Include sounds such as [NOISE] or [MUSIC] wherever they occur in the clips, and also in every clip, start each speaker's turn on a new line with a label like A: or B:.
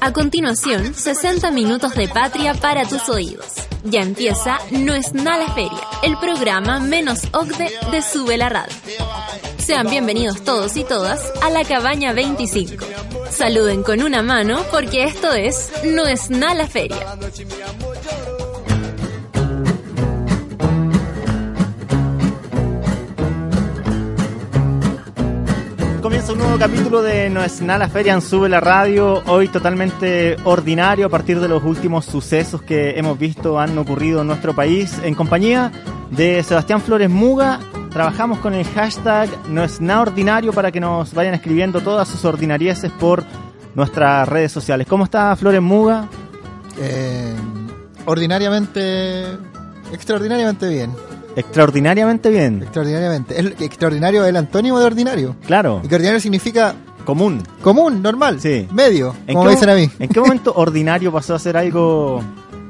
A: A continuación, 60 minutos de patria para tus oídos. Ya empieza No es nada la feria, el programa menos OCDE de Sube la Radio. Sean bienvenidos todos y todas a la cabaña 25. Saluden con una mano porque esto es No es nada la feria.
B: Comienza un nuevo capítulo de No es nada la feria en Sube la Radio, hoy totalmente ordinario a partir de los últimos sucesos que hemos visto han ocurrido en nuestro país. En compañía de Sebastián Flores Muga, trabajamos con el hashtag No es nada ordinario para que nos vayan escribiendo todas sus ordinarieces por nuestras redes sociales. ¿Cómo está Flores Muga?
C: Eh, ordinariamente, extraordinariamente bien.
B: Extraordinariamente bien.
C: Extraordinariamente. El, extraordinario es el antónimo de ordinario.
B: Claro,
C: Y que ordinario significa
B: común.
C: común, normal,
B: Sí.
C: medio,
B: ¿En
C: como
B: qué
C: me dicen
B: mo-
C: a mí.
B: ¿En qué momento ordinario pasó a ser algo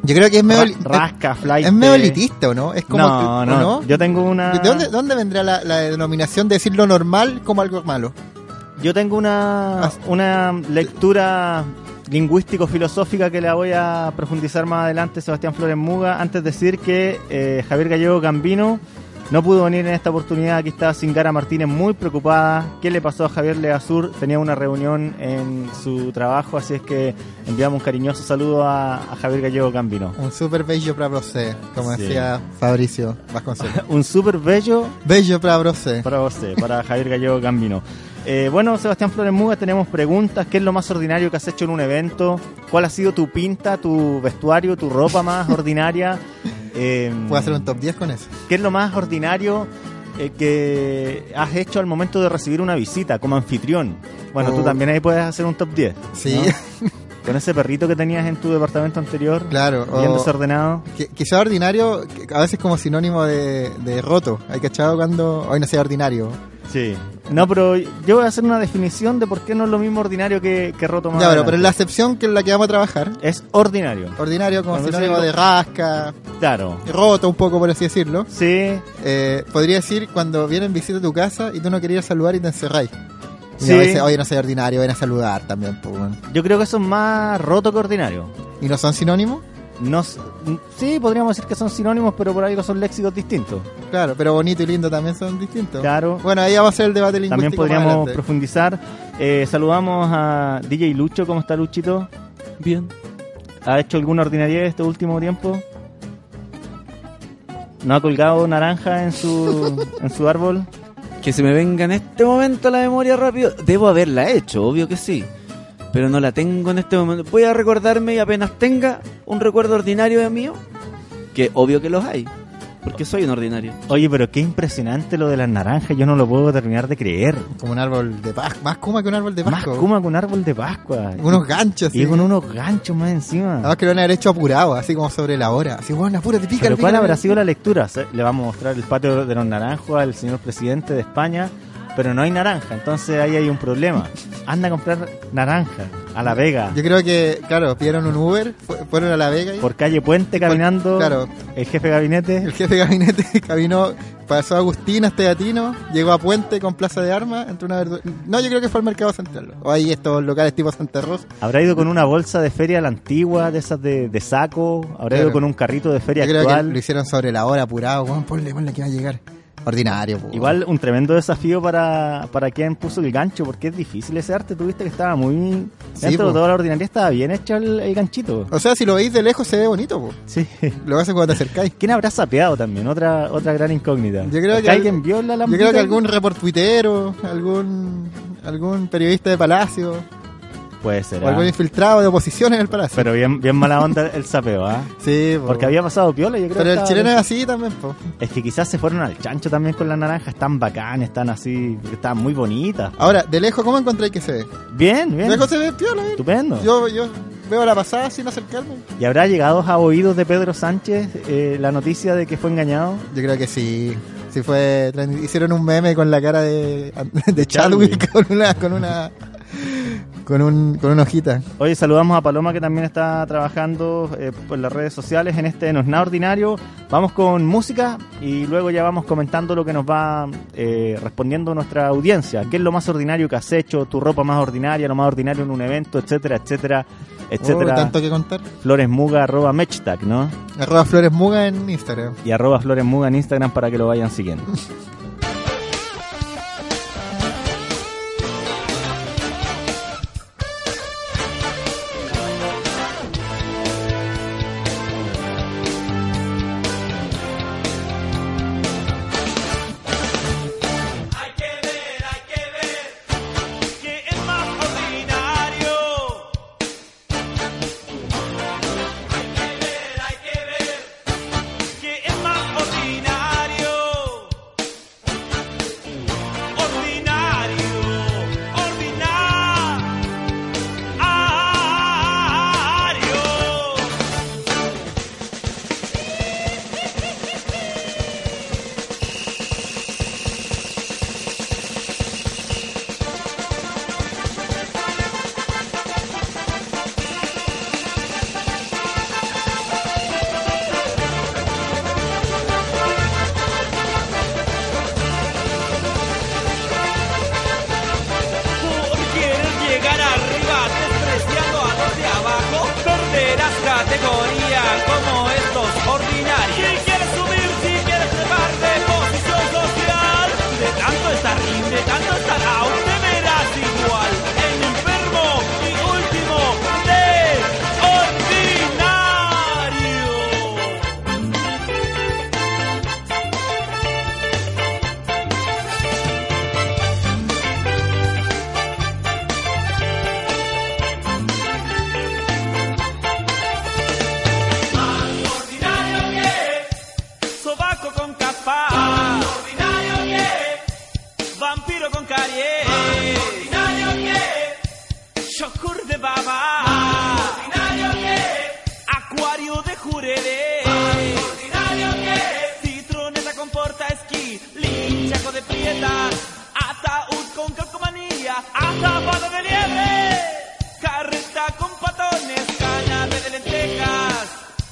C: Yo creo que es medio,
B: ra-
C: li-
B: rasca, flight?
C: es, es medio elitista, ¿o no? Es como,
B: No,
C: ¿o
B: no,
C: no?
B: Yo tengo una.
C: ¿De dónde, dónde vendrá la, la denominación de decir lo normal como algo malo?
B: Yo tengo una,
C: Ah.
B: una lectura lingüístico-filosófica que la voy a profundizar más adelante, Sebastián Flores Muga. Antes decir que eh, Javier Gallego Gambino no pudo venir en esta oportunidad. Aquí está Singara Martínez muy preocupada. ¿Qué le pasó a Javier Leazur? Tenía una reunión en su trabajo, así es que enviamos un cariñoso saludo a, a Javier Gallego Gambino.
C: Un super bello para brosé, como
B: Sí.
C: decía Fabricio
B: [LAUGHS]
C: Vasconcelos.
B: Un súper bello
C: bello para brosé.
B: Para usted, para Javier Gallego Gambino. Eh, bueno, Sebastián Flores Muga, tenemos preguntas. ¿Qué es lo más ordinario que has hecho en un evento? ¿Cuál ha sido tu pinta, tu vestuario, tu ropa más ordinaria? Eh,
C: Puedo hacer un top 10 con eso.
B: ¿Qué es lo más ordinario eh, que has hecho al momento de recibir una visita como anfitrión? Bueno, tú
C: Oh.
B: también ahí puedes hacer un top 10.
C: Sí,
B: ¿no? Con ese perrito que tenías en tu departamento anterior,
C: [LAUGHS] claro. Oh.
B: bien
C: o-
B: desordenado.
C: Que- Quizá ordinario, que- a veces como sinónimo de, de roto. Hay cachado cuando hoy no sea ordinario.
B: Sí. No, pero yo voy a hacer una definición de por qué no es lo mismo ordinario que, que roto más
C: ya, pero,
B: adelante.
C: pero es la excepción que es la que vamos a trabajar.
B: Es ordinario.
C: Ordinario como
B: Cuando
C: sinónimo
B: sea
C: de rasca,
B: Claro.
C: roto un poco por así decirlo.
B: Sí,
C: Eh, podría decir cuando vienen visita a tu casa y tú no querías saludar y te encerráis. Y
B: Sí.
C: a veces, oye, no sea ordinario, ven a saludar también. pues, bueno.
B: yo creo que eso es más roto que ordinario.
C: ¿Y no son sinónimos?
B: No, s- n- sí, podríamos decir que son sinónimos, pero por algo son léxicos distintos.
C: Claro, pero bonito y lindo también son distintos.
B: Claro.
C: Bueno, ahí vamos a hacer el debate
B: También
C: lingüístico. más
B: podríamos
C: adelante.
B: profundizar. Eh, saludamos a DJ Lucho, ¿cómo está Luchito?
D: Bien.
B: ¿Ha hecho alguna ordinariedad este último tiempo? ¿No ha colgado naranja en
C: [LAUGHS]
B: su, en su árbol?
D: Que se me venga en este momento la memoria rápido. Debo haberla hecho, obvio que sí. Pero no la tengo en este momento. Voy a recordarme y apenas tenga un recuerdo ordinario de mío, que obvio que los hay, porque soy un ordinario.
B: Oye, pero qué impresionante lo de las naranjas, yo no lo puedo terminar de creer.
C: Como un árbol de Pascua. Más kuma que un árbol de
B: Más
C: Pascua.
B: kuma que un árbol de Pascua.
C: Unos ganchos.
B: Y
C: sí. Ah,
B: con unos ganchos más encima.
C: Además que lo van a haber hecho apurado, así como sobre la hora. Así, bueno, apúrate, pica.
B: ¿Pero cuál habrá sido la lectura? Se- Le vamos a mostrar el patio de los naranjos al señor presidente de España, pero no hay naranja, entonces ahí hay un problema. Anda a comprar naranja a La Vega,
C: Yo creo que, claro, pidieron un Uber, fu- fueron a La Vega y
B: por calle Puente caminando,
C: claro.
B: el jefe de gabinete.
C: el jefe de gabinete [LAUGHS] caminó, pasó a Agustín hasta Gatino, llegó a Puente con Plaza de Armas, entre una verdu- No, yo creo que fue al Mercado Central. O ahí estos locales tipo Santa Rosa.
B: Habrá ido con una bolsa de feria a la antigua, de esas de, de saco, habrá ido
C: Claro.
B: con un carrito de feria
C: Yo creo que
B: actual.
C: lo hicieron sobre la hora, apurado. Juan, ponle, ponle que va a llegar. Ordinario, po.
B: Igual un tremendo desafío para, para quien puso el gancho, porque es difícil ese arte, tuviste que estaba muy...
C: Sí,
B: dentro de
C: po.
B: toda la ordinaria estaba bien hecho el, el ganchito.
C: O sea, si lo veis de lejos se ve bonito, po.
B: Sí.
C: Lo que hace cuando te acercáis.
B: ¿Quién habrá sapeado también? Otra otra gran incógnita.
C: Yo creo que
B: alguien
C: al-
B: vio la
C: Yo creo
B: lampita?
C: que algún reportuitero, algún algún periodista de Palacio,
D: Puede ser.
C: O algún
D: ¿ah?
C: infiltrado de oposición en el palacio.
B: Pero bien, bien mala onda el sapeo, ¿ah?
C: sí, po.
B: Porque había pasado piola, yo creo.
C: Oh. Pero
B: que
C: el
B: estaba-
C: chileno es así también, po.
B: Es que quizás se fueron al chancho también con las naranjas, están bacanes, están así, están muy bonitas.
C: Ahora, de lejos, ¿cómo encontráis que se ve?
B: Bien,
C: De
B: bien.
C: lejos se ve piola, bien.
B: Estupendo.
C: Yo, yo veo la pasada sin acercarme.
B: ¿Y habrá llegado a oídos de Pedro Sánchez eh, la noticia de que fue engañado?
C: Yo creo que sí. Sí fue. Hicieron un meme con la cara de, [LAUGHS] de
B: Chadwick.
C: Chadwick con una. con una. con un. con una hojita.
B: Oye, saludamos a Paloma que también está trabajando eh, por las redes sociales en este Nos Nada Ordinario. Vamos con música y luego ya vamos comentando lo que nos va eh, respondiendo nuestra audiencia. ¿Qué es lo más ordinario que has hecho? ¿Tu ropa más ordinaria? ¿Lo más ordinario en un evento? Etcétera, etcétera,
C: Oh,
B: etcétera.
C: tanto que contar.
B: Floresmuga arroba Mechtag, ¿no?
C: Arroba Flores Muga en Instagram.
B: Y arroba Floresmuga en Instagram para que lo vayan siguiendo.
E: Hay que ver, hay que ver que es más ordinario. Hay que ver, hay que ver que es más ordinario. Ordinario, ordinario. Por querer llegar arriba, despreciando a los de abajo, perderás categoría como estos ordinarios. Si quieres subir, si quieres elevar de posición social, de tanto estar in, de tanto estar out, te verás igual. El enfermo y último de ordinario. ordinario que es sobaco con capa. ordinario que es vampiro con caries. ordinario que es yogur de baba. ordinario que es acuario de jurede. ordinario que es citroneta con porta esquí, linchaco de prieta, ataúd con calcomanía, azafata de liebre. Carreta con patones, canapé de lentejas,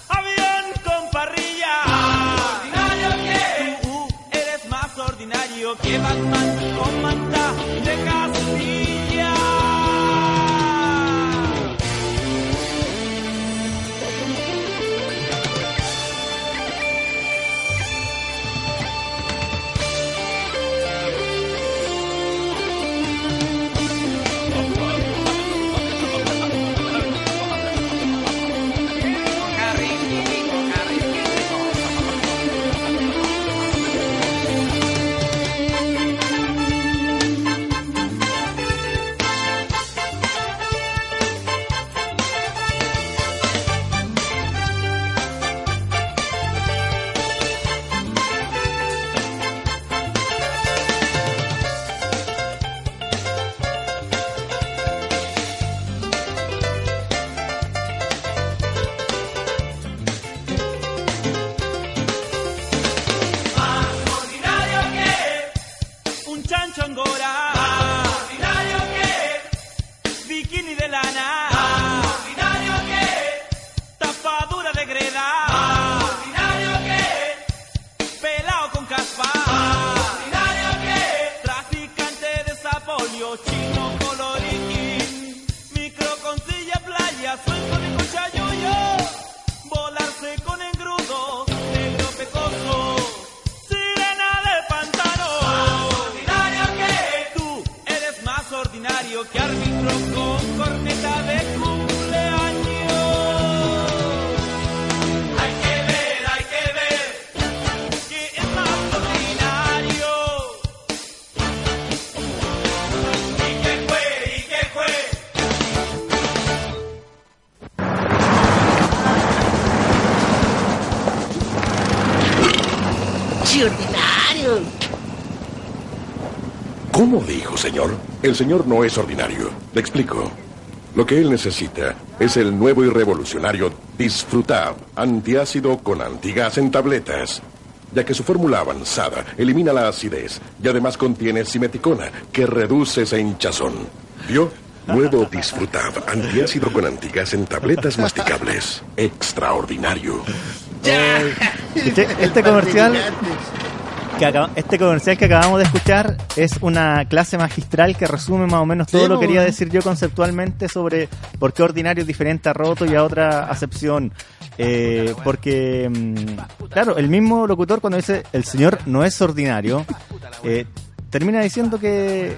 E: avión con parrilla. ordinario que tú eres más ordinario que Batman con manta de Castilla. ordinario que es un chancho angora. ordinario que es bikini de lana. ordinario que es tapadura de greda. ordinario que es pelao con caspa. ordinario que es traficante de sapolio chino coloriquín. Micro con silla playa, suelto de cocha yo Volarse con engrudo, negro pecoso. Sirena de pantano. ordinario que tú eres más ordinario que árbitro con corneta de
F: soy ordinario.
G: ¿Cómo dijo, señor? El señor no es ordinario. Le explico. Lo que él necesita es el nuevo y revolucionario Disfrutab, antiácido con antigas en tabletas, ya que su fórmula avanzada elimina la acidez y además contiene simeticona, que reduce esa hinchazón. ¿Vio? Nuevo Disfrutab, antiácido con antigas en tabletas masticables. Extraordinario.
C: [LAUGHS]
B: Este, este comercial que acaba- este comercial que acabamos de escuchar es una clase magistral que resume más o menos todo
C: Sí,
B: lo que
C: pues,
B: quería
C: bueno.
B: decir yo conceptualmente sobre por qué ordinario es diferente a roto y a otra acepción. Eh, porque, mm, claro, el mismo locutor cuando dice el señor no es ordinario, eh, termina diciendo que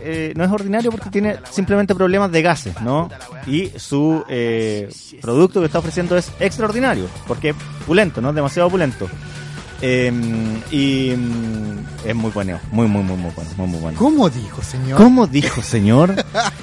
B: eh, no es ordinario porque tiene simplemente problemas de gases, ¿no? Y su eh, producto que está ofreciendo es extraordinario, porque es pulento, ¿no? Demasiado pulento. Eh, y mm, es muy bueno, muy, muy, muy, muy bueno, muy, muy bueno.
C: ¿Cómo dijo, señor? [LAUGHS] Ah,
B: ¿Cómo dijo, señor?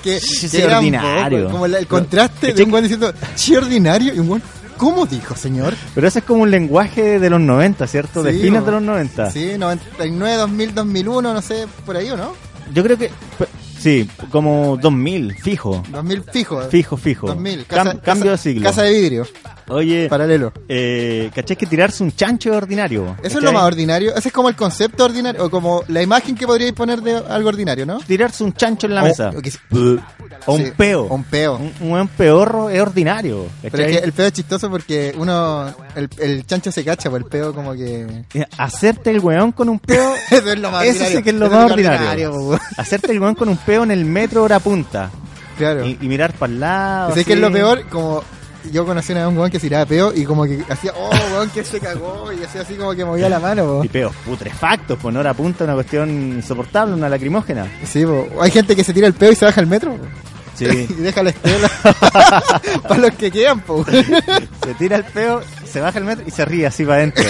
C: que,
B: Sí,
C: que
B: sí,
C: gran
B: ordinario.
C: poco, como el, el contraste de un buen diciendo, sí, ordinario, y un buen, ¿cómo dijo, señor?
B: [LAUGHS] Pero ese es como un lenguaje de los 90, ¿cierto? de
C: Sí,
B: fines
C: o-
B: de los 90.
C: Sí, 99, 2000, 2001, no sé, por ahí, ¿o no?
B: Yo creo que, pe- sí, como 2000, fijo.
C: 2000 fijo.
B: Fijo, fijo.
C: 2000.
B: Cam-
C: Casa-
B: cambio de
C: casa-
B: siglo.
C: Casa de vidrio,
B: Oye,
C: paralelo.
B: eh, ¿caché que tirarse un chancho es ordinario?
C: Eso
B: ¿cachai?
C: es lo más ordinario. Ese es como el concepto ordinario, o como la imagen que podríais poner de algo ordinario, ¿no?
B: Tirarse un chancho en la
C: O-
B: mesa.
C: o que sí.
B: O un
C: Sí,
B: peo.
C: o un peo.
B: Un, un buen peorro es ordinario.
C: Pero
B: ¿cachai?
C: es que el peo es chistoso porque uno, el, el chancho se cacha, por el peo como que...
B: Eh, Hacerte el weón con un peo.
C: Eso [LAUGHS] es lo más
B: Eso sí
C: ordinario.
B: que es lo
C: Eso
B: más ordinario.
C: po.
B: Hacerte el weón con un peo en el metro hora punta.
C: Claro.
B: Y, y mirar para el lado.
C: ¿Sabes qué es
B: así.
C: lo peor? Como yo conocí una vez a un weón que se tiraba peo y como que hacía, oh, weón, que se cagó y hacía así como que movía la mano, po.
B: Y peos putrefactos, con hora punta, una cuestión insoportable, una lacrimógena.
C: Sí, po. hay gente que se tira el peo y se baja al metro. po.
B: Sí.
C: y deja la [LAUGHS] estela para los que quedan, po.
B: se tira el peo, se baja el metro y se ríe así para
C: [LAUGHS]
B: adentro.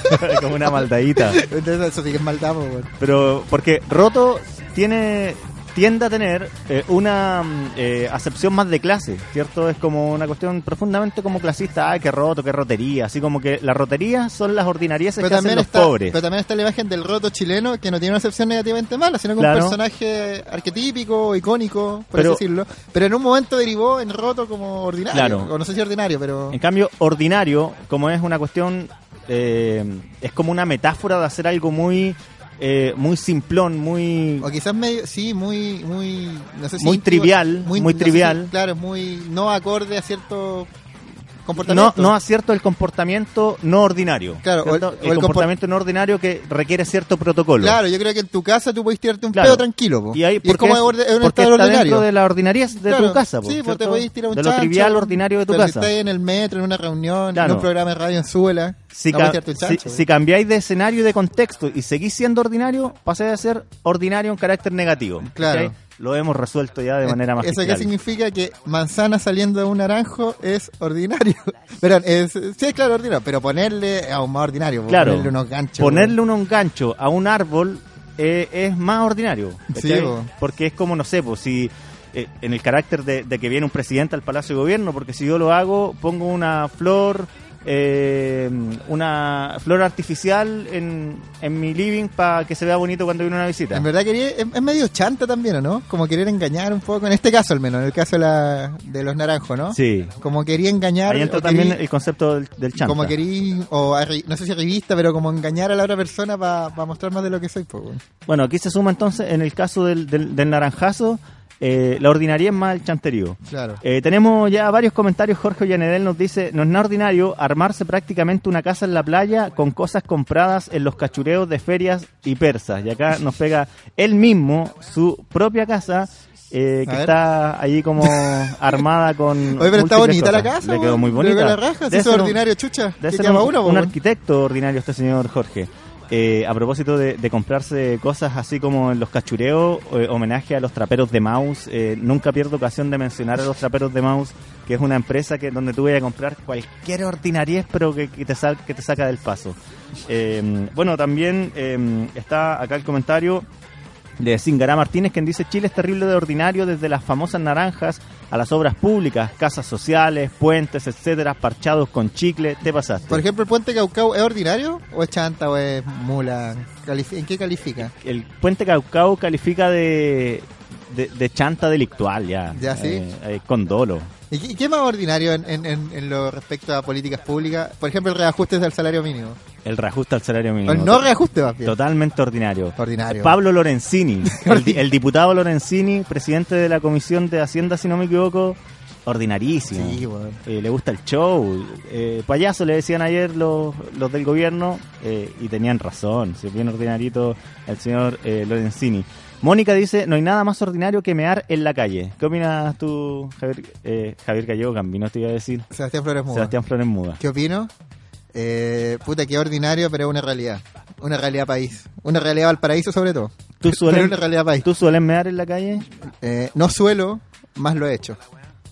B: [LAUGHS] Como una maldadita.
C: Entonces eso sí que es maldad, po, weón.
B: Pero porque roto tiene tiende a tener eh, una mm, eh, acepción más de clase, ¿cierto? Es como una cuestión profundamente como clasista, ay, qué roto, qué rotería, así como que las roterías son las ordinarieces
C: Pero
B: que hacen
C: también,
B: los
C: está,
B: pobres.
C: pero también está la imagen del roto chileno que no tiene una excepción negativamente mala, sino que
B: Claro.
C: un personaje arquetípico, icónico, por
B: Pero-
C: así decirlo. Pero en un momento derivó en roto como ordinario.
B: Claro.
C: O no sé si ordinario, pero.
B: En cambio, ordinario, como es una cuestión, eh, es como una metáfora de hacer algo muy, eh, muy simplón, muy...
C: O quizás medio, sí, muy, muy, no sé si
B: Muy trivial, muy
C: no
B: trivial.
C: sé si- claro, muy no acorde a cierto
B: No,
C: comportamiento.
B: no acierto el comportamiento no ordinario.
C: Claro, o el-
B: ¿cierto?
C: o
B: el,
C: el compor-
B: comportamiento no ordinario que requiere cierto protocolo.
C: Claro, yo creo que en tu casa tú puedes tirarte un
B: Claro.
C: pedo tranquilo, po.
B: Y ahí,
C: Y es
B: porque
C: como
B: es-
C: de orde- es un
B: porque
C: estado
B: está
C: ordinario.
B: dentro de la ordinariez de tu
C: Claro,
B: casa. po,
C: sí, pues te
B: ¿cierto?
C: podéis tirar un
B: De lo
C: chancho,
B: trivial ordinario de tu
C: pero
B: casa.
C: Si estás en el metro, en una reunión,
B: Claro.
C: en un programa de radio en Suela,
B: Si,
C: no
B: ca-
C: podéis tirarte un
B: si-
C: chancho, po.
B: si cambiáis de escenario y de contexto y seguís siendo ordinario, pasáis a ser ordinario en carácter negativo.
C: Claro.
B: ¿cachai? Lo hemos resuelto ya de
C: Eh,
B: manera más
C: ¿Eso qué significa? Que manzana saliendo de un naranjo es ordinario. [LAUGHS] Pero es, sí, es claro, ordinario. Pero ponerle a un más ordinario, po,
B: Claro.
C: ponerle unos ganchos. po.
B: Ponerle un gancho a un árbol eh, es más ordinario. ¿cachai?
C: Sí, po.
B: porque es como, no sé, pues si eh, en el carácter de, de que viene un presidente al Palacio de Gobierno, porque si yo lo hago, pongo una flor, eh, una flor artificial en, en mi living para que se vea bonito cuando viene una visita.
C: En verdad quería, es, es medio chanta también, ¿o no? Como querer engañar un poco, en este caso al menos, en el caso de, la- de los naranjos, ¿no?
B: Sí.
C: Como quería engañar,
B: Ahí entra
C: o
B: también
C: querí-
B: el concepto del, del chanta.
C: como querí, o arri- no sé si revista, pero como engañar a la otra persona para mostrar más de lo que soy, po, weón.
B: Bueno, aquí se suma entonces, en el caso del, del- del naranjazo, eh, la ordinaria es más el chanterío.
C: Claro.
B: Eh, tenemos ya varios comentarios. Jorge Ollanedel nos dice: No es nada ordinario armarse prácticamente una casa en la playa con cosas compradas en los cachureos de ferias y persas. Y acá nos pega él mismo su propia casa. eh,
C: A
B: que
C: ver.
B: está allí
C: [LAUGHS]
B: como armada con.
C: Oye, pero está
B: múltiples
C: bonita la
B: cosas.
C: casa,
B: Le quedó
C: weón.
B: muy
C: Le
B: bonita.
C: quedó la raja, si
B: Debe
C: eso
B: ser
C: es
B: un-
C: ordinario, chucha.
B: debe
C: ¿Qué
B: ser
C: llama
B: un,
C: uno, po,
B: un
C: weón?
B: arquitecto ordinario este señor Jorge. Eh, a propósito de, de comprarse cosas así como en los cachureos, eh, homenaje a los traperos de Maus. eh, nunca pierdo ocasión de mencionar a los traperos de Maus, que es una empresa que donde tú vas a comprar cualquier ordinariez, pero que, que te, sa- que te saca del paso. Eh, bueno, también eh, está acá el comentario de Cingará Martínez, quien dice Chile es terrible de ordinario desde las famosas naranjas a las obras públicas, casas sociales, puentes, etcétera, parchados con chicle, te pasaste.
C: Por ejemplo, el puente Caucao, ¿es ordinario o es chanta o es mula? Califi- ¿En qué califica?
B: el puente Caucao califica de, de, de chanta delictual ya.
C: Ya, sí.
B: Eh, eh, con dolo.
C: ¿Y qué- y qué más ordinario en, en- en- en lo respecto a políticas públicas? Por ejemplo, el reajuste del salario mínimo.
B: El reajuste al salario
C: O
B: mínimo.
C: el no reajuste, más bien.
B: Totalmente ordinario.
C: Ordinario.
B: Pablo Lorenzini, el, di- el diputado Lorenzini, presidente de la Comisión de Hacienda, si no me equivoco, ordinarísimo.
C: Sí, weón.
B: Eh, le gusta el show. Eh, payaso le decían ayer los, los del gobierno eh, y tenían razón. Si es bien ordinarito el señor eh, Lorenzini. Mónica dice, no hay nada más ordinario que mear en la calle. ¿Qué opinas tú, Javier, eh, Javier Gallego Gambino, te iba a decir?
C: Sebastián Flores Mudo.
B: Sebastián Flores Muda.
C: ¿Qué opino? Eh, puta, qué ordinario, pero es una realidad. Una realidad país. Una realidad Valparaíso, sobre todo.
B: ¿Tú
C: Pero
B: sueles,
C: una realidad país.
B: ¿Tú sueles mear en la calle?
C: Eh, no suelo, más lo he hecho.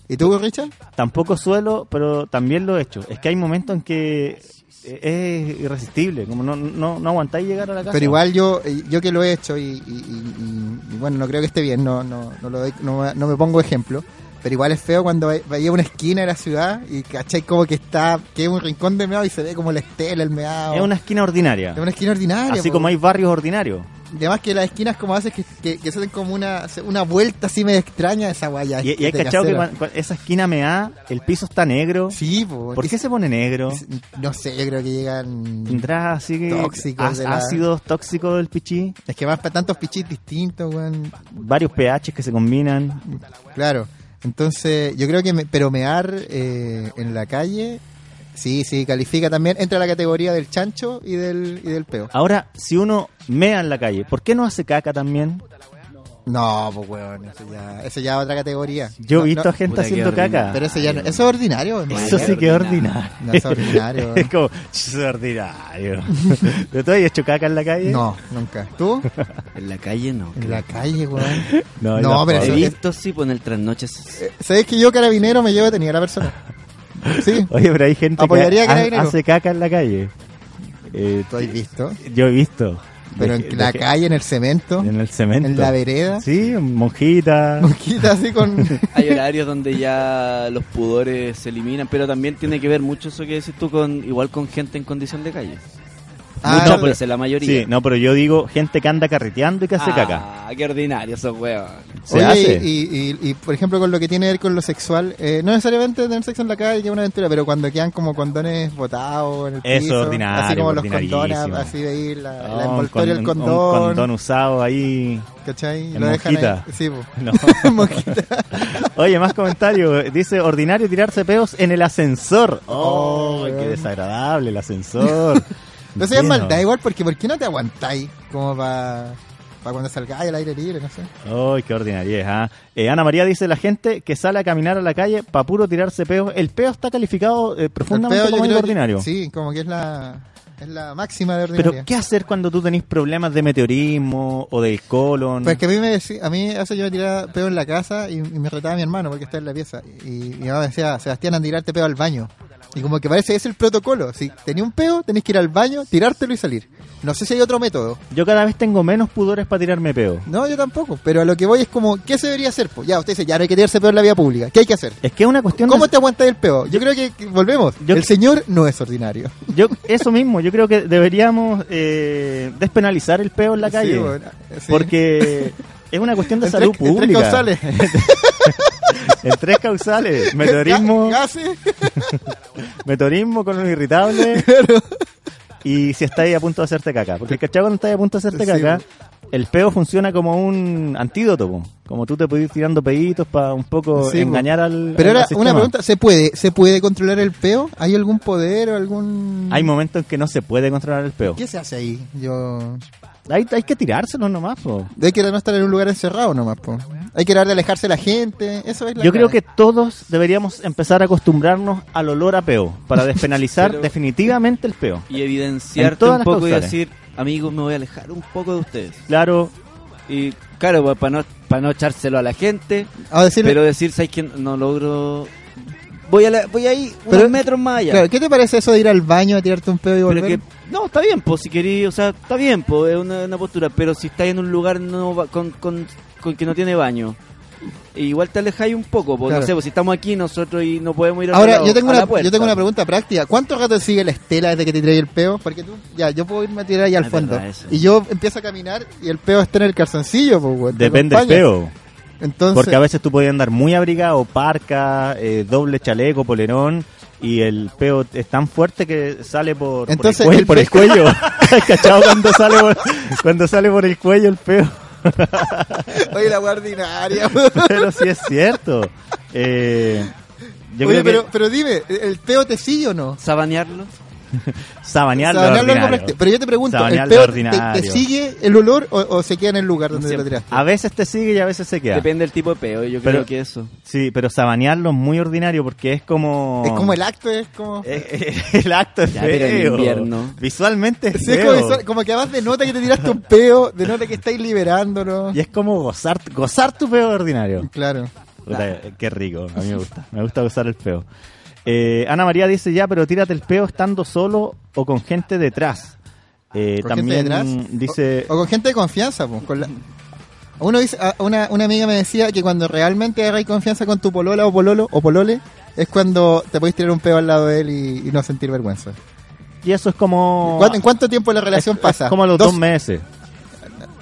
C: ¿Y tú, Richard?
B: Tampoco suelo, pero también lo he hecho. Es que hay momentos en que eh, es irresistible, como no, no, no aguantáis llegar a la casa.
C: Pero igual yo eh, yo que lo he hecho y, y- y- y- y bueno, no creo que esté bien, no no no, lo doy- no, no me pongo ejemplo. Pero igual es feo cuando vai- vais a una esquina de la ciudad y cachai como que está, que es un rincón de meado y se ve como la estela, el meado.
B: Es una esquina ordinaria.
C: Es una esquina ordinaria.
B: Así
C: po.
B: como hay barrios ordinarios.
C: Y Además que las esquinas como haces que, que, que se hacen como una, una vuelta así medio extraña esa guaya.
B: Y, y hay cachado que cuan- cuan- esa esquina me da, el piso está negro.
C: Sí, po.
B: ¿Por qué se pone negro?
C: No sé, yo creo que llegan...
B: ¿Tendrá así que
C: Tóxicos
B: as-
C: de la-
B: ácidos tóxicos del pichí?
C: Es que van para tantos pichis distintos, weón.
B: Varios pHs que se combinan.
C: Claro. Entonces, yo creo que me- pero mear eh, en la calle, sí, sí, califica también. Entra la categoría del chancho y del, y del peo.
B: Ahora, si uno mea en la calle, ¿por qué no hace caca también?
C: No, pues weón, eso ya, eso ya es otra categoría.
B: Yo he
C: No,
B: visto
C: no,
B: a gente
D: puta, qué
B: haciendo
D: ordinario.
B: caca.
C: Pero eso ya no, eso es ordinario, weón.
B: Eso sí que es ordinario.
C: No, es
B: [LAUGHS]
C: ordinario.
B: es como, "Ch, es
C: [LAUGHS]
B: ordinario. ¿Pero tú has hecho caca en la calle?
C: No, nunca. ¿Tú?
D: En la calle no.
C: En
D: creo.
C: la calle, weón.
B: No,
C: No,
B: no,
C: pero
D: He
C: eso-
D: visto, sí, pues en el trasnoches.
C: eh, ¿Sabes que yo carabinero me llevo detenida a la persona? Sí,
B: Oye, pero hay gente
C: Apoyaría a
B: que ha-
C: Carabineros.
B: hace caca en la calle. Eh,
C: tú has visto.
B: yo he visto.
C: Pero
B: De-
C: en la
B: de-
C: calle, en el cemento, [LAUGHS]
B: En el cemento.
C: en la vereda,
B: Sí, monjita.
C: quita así con...
D: Hay horarios donde ya los pudores se eliminan, pero también tiene que ver mucho eso que decís tú con igual con gente en condición de calle.
C: [LAUGHS] Ah,
D: no,
C: no,
D: pero es la mayoría.
B: Sí, no, pero yo digo gente que anda carreteando y que hace caca.
D: Ah, qué ordinario esos huevos.
B: Se
C: Oye,
B: hace.
C: Y, y- y, por ejemplo, con lo que tiene que ver con lo sexual, eh, no necesariamente tener sexo en la calle que es una aventura, pero cuando quedan como condones botados en el
B: Eso es
C: piso,
B: ordinario,
C: así como los
B: ordinarísimo.
C: condones, así de ahí, la, la
B: Oh, un
C: envoltoria, el
B: con- un- un
C: condón,
B: condón usado ahí. [LAUGHS]
C: ¿cachai?
B: en
C: Lo dejan
B: mosquita.
C: ahí. Sí, po. [LAUGHS]
B: No.
C: Mosquita.
B: Oye, más comentarios. Dice, ordinario tirarse peos en el ascensor. Oh,
C: Oh,
B: qué
C: weón.
B: desagradable el ascensor.
C: [LAUGHS] No sé, es
B: Lleno.
C: maldad igual, porque ¿por qué no te aguantáis? Como para cuando salgáis al aire libre, no sé.
B: Ay, qué ordinariez, ¿ah? Eh, Ana María dice, la gente que sale a caminar a la calle para puro tirarse peos. El peo está calificado eh,
C: El
B: profundamente
C: pedo yo
B: como
C: creo
B: algo
C: que-
B: ordinario.
C: Sí, como que es la, es la máxima de ordinaria.
B: Pero, ¿qué hacer cuando tú tenés problemas de meteorismo o del colon?
C: Pues que a mí me decía, a mí hace yo me tiraba peo en la casa y, y me retaba mi hermano porque está en la pieza. Y, y mi mamá me decía, Sebastián, anda a tirarte peo al baño. Y como que parece ese es el protocolo. Si tenés un peo, tenés que ir al baño, tirártelo y salir. No sé si hay otro método.
B: Yo cada vez tengo menos pudores para tirarme peo.
C: No, yo tampoco. Pero a lo que voy es como, ¿qué se debería hacer? Pues ya, usted dice, ya no hay que tirarse peo en la vía pública. ¿Qué hay que hacer?
B: Es que es una cuestión
C: ¿Cómo
B: de...
C: te aguantas el peo? Yo creo que, que volvemos.
B: Yo-
C: el señor no es ordinario.
B: Yo, eso mismo, yo creo que deberíamos eh, despenalizar el peo en la
C: Sí,
B: calle.
C: bueno, sí.
B: Porque es una cuestión de
C: En
B: salud
C: tres- en tres
B: pública.
C: causales.
B: [LAUGHS] En tres causales.
C: [LAUGHS]
B: Meteorismo,
C: Ga- gases.
B: meteorismo, colon irritable. Y si estáis a punto de hacerte caca. Porque el cachado cuando estáis a punto de hacerte
C: Sí,
B: caca, el peo funciona como un antídoto. po. Como tú te puedes ir tirando peitos para un poco
C: Sí, po.
B: engañar al.
C: Pero
B: al
C: ahora,
B: sistema.
C: una pregunta, ¿se puede, ¿se puede controlar el peo? ¿Hay algún poder o algún...?
B: Hay momentos en que no se puede controlar el peo.
C: ¿Qué se hace ahí? Yo...
B: Hay, hay que tirárselo nomás. po.
C: Hay que no estar en un lugar encerrado nomás, po. Hay que tratar de alejarse de la gente, eso es la
B: Yo creo que
C: clave.
B: todos deberíamos empezar a acostumbrarnos al olor a peo
C: [LAUGHS]
B: para despenalizar
D: Pero-
B: definitivamente el peo.
D: Y
B: En
D: evidenciarte
B: todas
D: un
B: las
D: poco
B: causales.
D: y decir, amigos, me voy a alejar un poco de ustedes.
B: Claro,
D: Y claro, para no, para no echárselo a la gente,
C: A decirle-
D: pero decir, ¿sabes que No logro... Voy, a la- voy ahí unos
C: Pero-
D: metros más allá.
C: Claro, ¿qué te parece eso de ir al baño a tirarte un peo y
D: Pero
C: volver?
D: que, no, está bien, pues si querí, o sea, está bien, pues es una, una postura, pero si estáis en un lugar no va- con, con, con que no tiene baño igual te alejáis un poco, porque
C: Claro.
D: no sé, pues si estamos aquí nosotros y no podemos ir a otro
C: Ahora,
D: lado,
C: yo tengo,
D: a
C: una,
D: la puerta.
C: yo tengo una pregunta práctica. ¿Cuánto rato sigue la estela desde que te trae el peo? Porque tú, ya, yo puedo irme a tirar ahí al
D: Es
C: fondo.
D: verdad eso.
C: Y yo empiezo a caminar y el peo está en el calzoncillo, pues, weón, te
B: Depende del
C: acompaña.
B: peo.
C: Entonces,
B: Porque a veces tú podías andar muy abrigado, parca, eh, doble chaleco, polerón, y el peo es tan fuerte que sale por,
C: Entonces, el
B: por el
C: peo-
B: cuello. [LAUGHS]
C: [LAUGHS]
B: Por el cuello. ¿Cachado? Cuando sale, por, cuando sale por el cuello el
C: [LAUGHS]
B: peo.
C: oye, la
B: [LAUGHS]
C: guardinaria.
B: Pero sí es cierto. Eh, yo
C: Oye,
B: creo
C: pero,
B: que
C: pero dime, ¿el peo te sigue o no?
D: Sabanearlo.
B: sabanear lo
C: Sabanear lo
B: ordinario.
C: ordinario. Pero yo te pregunto,
B: Sabanear
C: ¿el
B: lo
C: peo te,
B: ordinario.
C: te sigue el olor o, o se queda en el lugar donde te lo tiraste?
B: A veces te sigue y a veces se queda.
D: Depende del tipo de peo, yo
B: Pero-
D: creo que eso.
B: Sí, pero sabanearlo es muy ordinario porque es como...
C: Es como el acto, es como...
B: Eh, eh, [LAUGHS] el acto es
D: Ya, pero en
B: feo.
D: invierno.
B: Visualmente es
C: Sí, es
B: feo.
C: como, visual- como que además denota que te tiraste un peo, denota que estáis liberándolo.
B: Y es como gozar, gozar tu peo ordinario.
C: Claro.
B: Puta, eh, Qué rico, a mí me gusta. Me gusta gozar el peo. Eh, Ana María dice ya, pero tírate el peo estando solo o con gente detrás. Eh,
C: ¿Con gente
B: también
C: detrás?
B: dice...
C: O, o con gente de confianza, pues. con la- Uno dice, a- una, una amiga me decía que cuando realmente agarras confianza con tu polola o pololo o polole, es cuando te podéis tirar un peo al lado de él y, y no sentir vergüenza.
B: Y eso es como...
C: ¿Cuánto- ¿En cuánto tiempo la
B: Oh. es-
C: relación
B: es
C: pasa?
B: como a los dos, meses.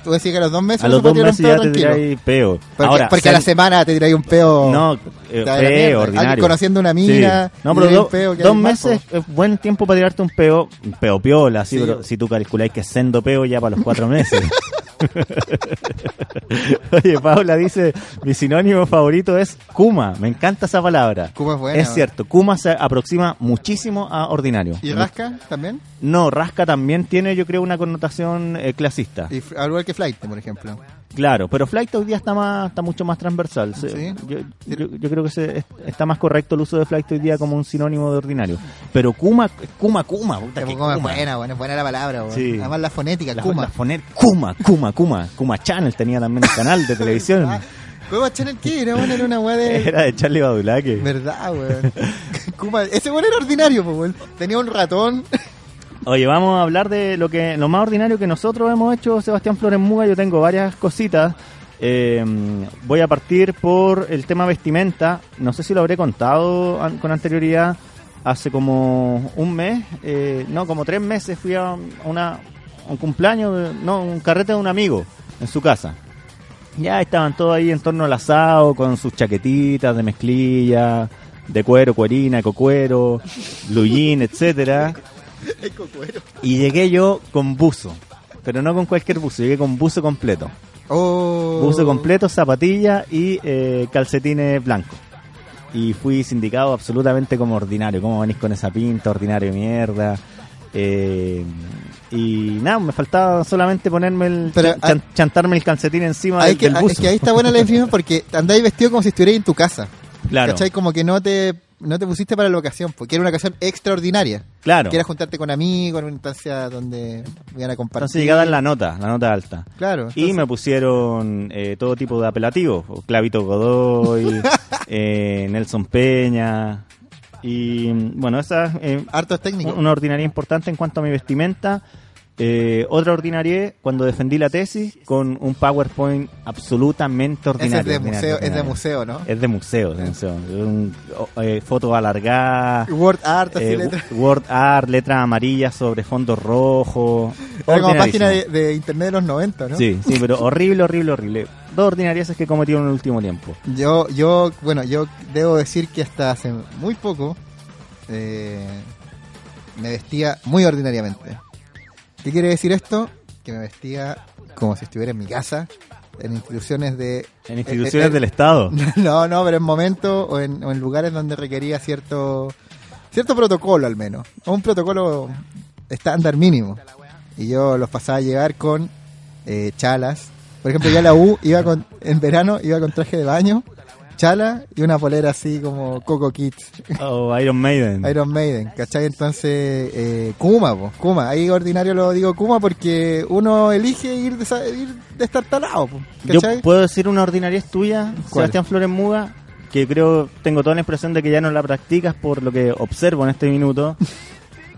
C: Tú decías que a los dos meses
B: A
C: uno
B: los
C: se
B: dos
C: puede
B: meses
C: tirar
B: ya
C: un peo
B: te
C: tranquilo.
B: tiráis peo.
C: Porque, porque a la
B: sean-
C: semana te tiráis un peo.
B: No, eh,
C: Te da la
B: feo,
C: mierda.
B: ordinario.
C: Alguien conociendo una mina,
B: No, pero
C: le di un
B: do-
C: peo que
B: dos
C: hay más,
B: meses es buen tiempo para tirarte un peo, un peo piola, sí,
C: Sí.
B: pero si tú calculáis que es sendo peo ya para los cuatro
C: [LAUGHS]
B: meses. Oye, Paula dice, mi sinónimo favorito es Kuma, me encanta esa palabra.
C: Kuma es buena.
B: Es cierto, Kuma se aproxima muchísimo a ordinario.
C: ¿Y rasca también?
B: No, rasca también tiene, yo creo, una connotación eh, clasista.
C: Y, f- al igual que flight, por ejemplo.
B: Claro, pero Flight hoy día está más, está mucho más transversal. Se-
C: Ah, Sí.
B: Yo, yo- yo creo que se- está más correcto el uso de Flight hoy día como un sinónimo de ordinario. Pero Kuma, Kuma, Kuma, puta
C: Es
B: que
C: como-
B: Kuma.
C: es buena, bueno, es buena la palabra, bueno.
B: Sí.
C: Además la fonética,
B: La-
C: Kuma.
B: la foner- Kuma, Kuma, Kuma, Kuma Channel tenía también un canal
C: [LAUGHS]
B: de televisión.
C: Ah, eh. Kuma Channel, ¿qué era? Bueno, era una weá de...
B: Era de Charlie Badulaque.
C: Verdad, weón. [LAUGHS] Kuma- Ese weón era ordinario, po, weón. Tenía un ratón.
B: Oye, vamos a hablar de lo que lo más ordinario que nosotros hemos hecho, Sebastián Flores Muga. Yo tengo varias cositas. Eh, voy a partir por el tema vestimenta. No sé si lo habré contado an- con anterioridad. Hace como un mes, eh, no, como tres meses fui a una, a un cumpleaños, de- no, un carrete de un amigo en su casa. Ya estaban todos ahí en torno al asado, con sus chaquetitas de mezclilla, de cuero, cuerina, cocuero, lullín, etcétera. Y llegué yo con buzo, pero no con cualquier buzo, llegué con buzo completo.
C: Oh.
B: Buzo completo, zapatillas y eh, calcetines blancos. Y fui sindicado absolutamente como ordinario. ¿Cómo venís con esa pinta, ordinario de mierda? Eh, y nada, me faltaba solamente ponerme el.
C: Pero,
B: chan- chan- chantarme el calcetín encima
C: Hay
B: del,
C: que-
B: del
C: es
B: buzo.
C: que ahí está buena la definición porque andáis vestido como si estuvierais en tu casa.
B: claro,
C: ¿Cachai? Como que no te, no te pusiste para la ocasión, porque era una ocasión extraordinaria.
B: claro.
C: Que era juntarte con amigos en una instancia donde iban a compartir.
B: Entonces llegaba en la nota, la nota alta.
C: Claro.
B: Y me pusieron eh, todo tipo de apelativos. Clavito
C: [LAUGHS]
B: Godoy, eh, Nelson Peña. Y bueno, esa es eh,
C: Hartos técnicos.
B: una ordinaria importante en cuanto a mi vestimenta. Eh, otra ordinaria cuando defendí la tesis con un PowerPoint absolutamente
C: Ese
B: ordinario.
C: es de
B: ordinario,
C: museo, es de
B: ordinario. Eh,
C: museo, ¿no?
B: Es de museo, de museo. Un- o- eh, fotos alargadas.
C: Word art, así
B: eh,
C: letras.
B: Word art, letras amarillas sobre fondo rojo.
C: Era como
B: Ordinarísimo.
C: página de, de internet de los 90, ¿no?
B: Sí, sí,
C: [LAUGHS]
B: pero horrible, horrible, horrible. Dos ordinarias que he cometido en el último tiempo.
C: Yo, yo, bueno, yo debo decir que hasta hace muy poco eh, me vestía muy ordinariamente. ¿Qué quiere decir esto? Que me vestía como si estuviera en mi casa, en instituciones de... eh,
B: En instituciones del Estado.
C: [LAUGHS] No, no, pero en momentos o en, o en lugares donde requería cierto cierto protocolo al menos, o un protocolo estándar mínimo. Y yo los pasaba a llevar con eh, chalas. Por ejemplo, ya la U iba con en verano iba con traje de baño, chala y una polera así como Coco Kids, [LAUGHS]
B: O Iron Maiden.
C: eh, Iron Maiden, ¿cachai? Entonces, eh, Kuma, po, Kuma, ahí ordinario lo digo Kuma porque uno elige ir, desa- ir destartalado, po,
B: Yo
C: ¿cachai?
B: puedo decir una ordinaria tuya,
C: ¿Cuál?
B: Sebastián Flores Muga,
C: [LAUGHS]
B: que creo, tengo toda la impresión de que ya no la practicas por lo que observo en este minuto.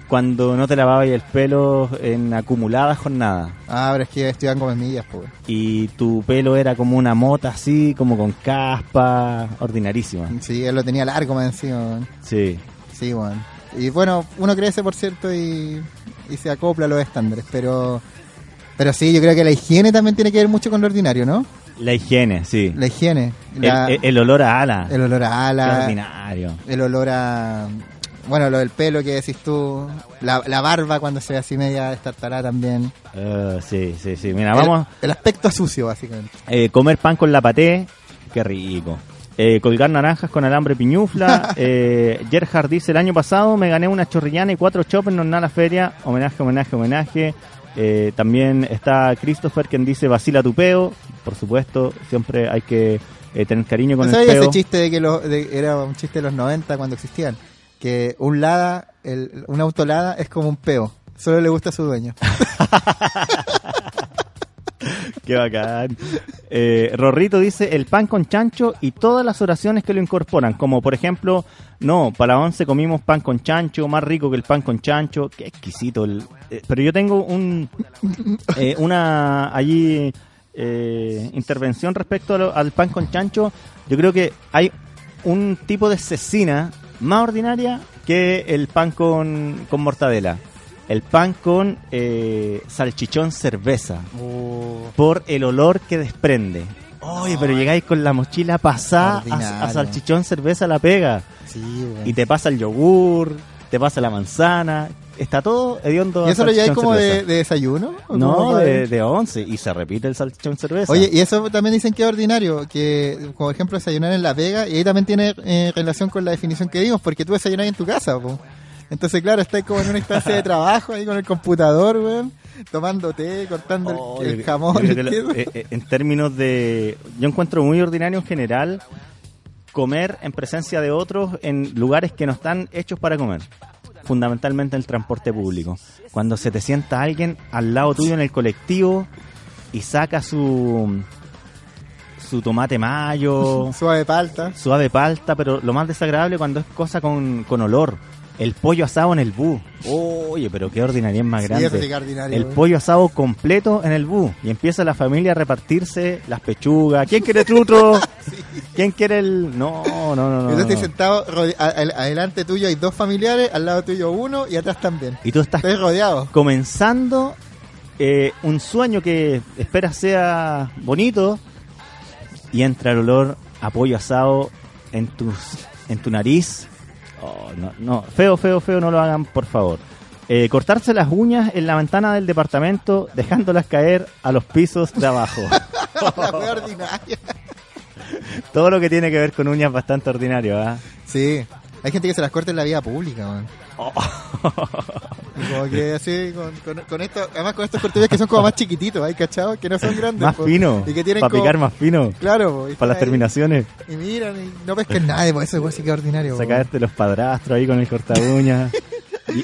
B: cuando no te lavabas el pelo en acumuladas jornadas
C: Ah, pero es que estudian como millas, pues.
B: y tu pelo era como una mota así, como con caspa, ordinarísima.
C: Sí, él lo tenía largo más encima, weón.
B: Sí.
C: Sí, weón. Y bueno, uno crece, por cierto, y, y se acopla a los estándares, pero... Pero sí, yo creo que la higiene también tiene que ver mucho con lo ordinario, ¿no?
B: La higiene, sí.
C: La higiene.
B: El-
C: la-
B: el, el olor a ala.
C: el olor a
B: Qué
C: ala,
B: ordinario.
C: el olor a... Bueno, lo del pelo que decís tú, la, la barba cuando se ve así media destartalada también.
B: Eh, sí, sí, sí. Mira, vamos
C: El, el aspecto sucio, básicamente.
B: eh, comer pan con la paté. Qué rico. Eh, colgar naranjas con alambre
C: [LAUGHS]
B: piñufla. eh, Gerhard dice, el año pasado me gané una chorrillana y cuatro chops en Nala Feria. Homenaje, homenaje, homenaje. Eh, también está Christopher quien dice, vacila tu peo. Por supuesto, siempre hay que eh, tener cariño con el
C: ¿Sabes
B: peo.
C: ese chiste de que lo- de- era un chiste de los 90 cuando existían? Que un lada, el, un autolada es como un peo. Solo le gusta a su dueño.
B: [LAUGHS] Qué bacán. Eh, Rorrito dice el pan con chancho y todas las oraciones que lo incorporan, como por ejemplo, no, para once comimos pan con chancho, más rico que el pan con chancho, qué exquisito. el- eh, pero yo tengo un eh, una allí eh, intervención respecto a lo- al pan con chancho. Yo creo que hay un tipo de cecina más ordinaria que el pan con, con mortadela. El pan con eh, salchichón cerveza por el olor que desprende. Oye, pero llegáis con la mochila pasada a,
C: Ordinario.
B: a salchichón cerveza la pega
C: Sí, weón.
B: y te pasa el yogur, te pasa la manzana, está todo hediondo.
C: ¿Y
B: a
C: eso lo lleváis
B: salchichón
C: como de,
B: cerveza.
C: de desayuno? ¿O
B: No,
C: cómo va?
B: de, de once y se repite el salchichón cerveza.
C: Oye, y eso también dicen que es ordinario, que como por ejemplo desayunar en La Vega, y ahí también tiene eh, relación con la definición que dimos, porque tú desayunas en tu casa, po. Entonces, claro, estás como en una instancia de trabajo, ahí con el computador, weón, tomando té, cortando el-
B: Oh,
C: el,
B: yo- yo
C: jamón,
B: creo
C: el
B: que lo-
C: queso.
B: eh, eh, en términos de. Yo encuentro muy ordinario en general comer en presencia de otros en lugares que no están hechos para comer. Fundamentalmente en el transporte público. Cuando se te sienta alguien al lado tuyo en el colectivo y saca su. su tomate mayo.
C: Suave palta.
B: suave palta, pero lo más desagradable cuando es cosa con, con olor. El pollo asado en el bus. Oye, pero qué ordinaria más
C: Sí,
B: grande.
C: eso sí que ordinario,
B: el
C: eh.
B: pollo asado completo en el bus. Y empieza la familia a repartirse las pechugas. ¿Quién quiere trutro?
C: [LAUGHS]
B: ¿Quién quiere el.? No, no, no. no,
C: Entonces estoy
B: no.
C: sentado, rode- a- a- adelante tuyo hay dos familiares, al lado tuyo uno y atrás también.
B: Y tú estás
C: Estoy rodeado. [LAUGHS]
B: comenzando eh, un sueño que esperas sea bonito y entra el olor a pollo asado en tus en tu nariz. Oh, no, no, feo, feo, feo, no lo hagan, por favor. Eh, cortarse las uñas en la ventana del departamento, dejándolas caer a los pisos de
C: [LAUGHS]
B: abajo. [LAUGHS]
C: La wea ordinaria.
B: Todo lo que tiene que ver con uñas bastante ordinario, ¿ah?
C: Sí. Hay gente que se las corta en la vida pública, weón.
B: Oh.
C: Y Como que así, con, con- con esto, además con estos cortes que son como más chiquititos, ¿hay cachado? Que no son grandes.
B: Más
C: po.
B: fino.
C: Y que tienen
B: para
C: como-
B: picar más fino.
C: Claro, po,
B: Para las
C: y están ahí,
B: terminaciones.
C: Y miran, y no pescan nada, por eso igual sí que es ordinario. po.
B: Sacarte los padrastros ahí con el
C: [LAUGHS]
B: cortabuña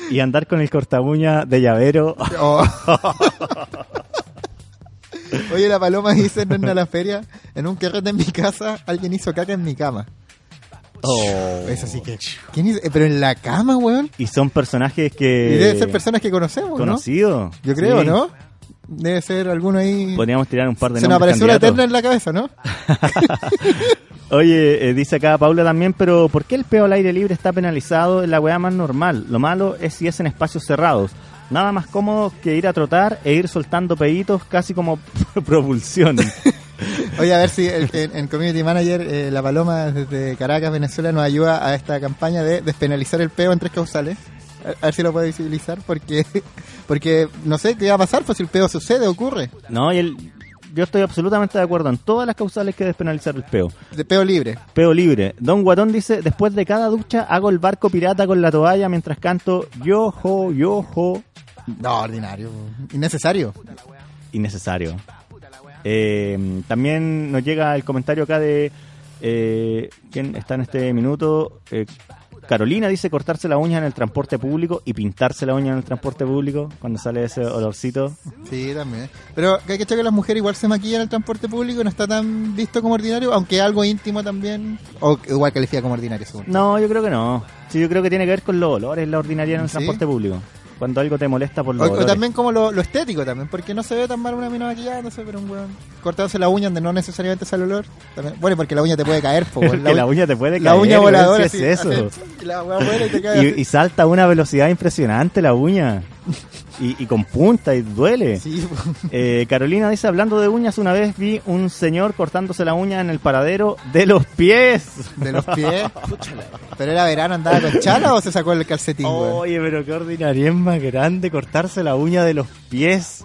B: y, y andar con el cortabuña de llavero.
C: Oh. [LAUGHS] Oye, la paloma dice en una la feria, en un carrete en mi casa, alguien hizo caca en mi cama.
B: Oh.
C: Eso sí que. ¿Quién hizo? Eh, Pero en la cama, weón.
B: Y son personajes que.
C: Y debe ser personas que conocemos, ¿no?
B: conocidos.
C: Yo creo,
B: Eh, Sí.
C: ¿no? Debe ser alguno ahí.
B: Podríamos tirar un par de
C: Se nos
B: nombres.
C: apareció una
B: candidatos.
C: terna en la cabeza,
B: [LAUGHS]
C: ¿no?
B: Oye, eh, dice acá Paula también, pero ¿por qué el peo al aire libre está penalizado en la weá más normal? Lo malo es si es en espacios cerrados. Nada más cómodo que ir a trotar e ir soltando peditos casi como [LAUGHS] propulsión.
C: Oye, a ver si el- en, en Community Manager eh, la paloma desde Caracas, Venezuela, nos ayuda a esta campaña de despenalizar el peo en tres causales. A, a ver si lo puede visibilizar, porque, [LAUGHS] porque no sé qué va a pasar, pues si el peo sucede, ocurre.
B: no, y el- yo estoy absolutamente de acuerdo en todas las causales que despenalizar el peo.
C: De peo libre.
B: Peo libre. Don Guatón dice, después de cada ducha hago el barco pirata con la toalla mientras canto yojo, yojo.
C: No, ordinario. Innecesario.
B: Innecesario. Eh, también nos llega el comentario acá de... eh, ¿Quién está en este minuto? Eh, Carolina dice cortarse la uña en el transporte público y pintarse la uña en el transporte público cuando sale ese olorcito.
C: Sí, también. Pero hay que echar que las mujeres igual se maquillan en el transporte público y no está tan visto como ordinario, aunque es algo íntimo también. O igual califica como ordinario, según.
B: No, yo creo que no. Sí, yo creo que tiene que ver con los olores, la ordinariedad en el
C: ¿Sí?
B: transporte público. Cuando algo te molesta por
C: O,
B: los
C: o
B: olores.
C: también como lo, lo estético también, porque no se ve tan mal una mina maquillándose, pero un weón cortándose la uña donde no necesariamente sale el olor. también- Bueno, porque la uña te puede caer, po,
B: Es [LAUGHS]
C: weón.
B: que la
C: u-
B: uña te puede
C: [LAUGHS] la
B: caer,
C: uña
B: weón,
C: voladora.
B: si es
C: así, [LAUGHS]
B: eso.
C: así, y la weá vuela y te cae
B: Y, y salta a una velocidad impresionante la uña. Y, y con punta y duele.
C: así. Sí, po.
B: Eh, Carolina dice, hablando de uñas, una vez vi un señor cortándose la uña en el paradero de los pies.
C: De los pies. Pero era verano, andaba con chala o se sacó el calcetín, weón.
B: Oye, pero qué ordinaria es más grande cortarse la uña de los pies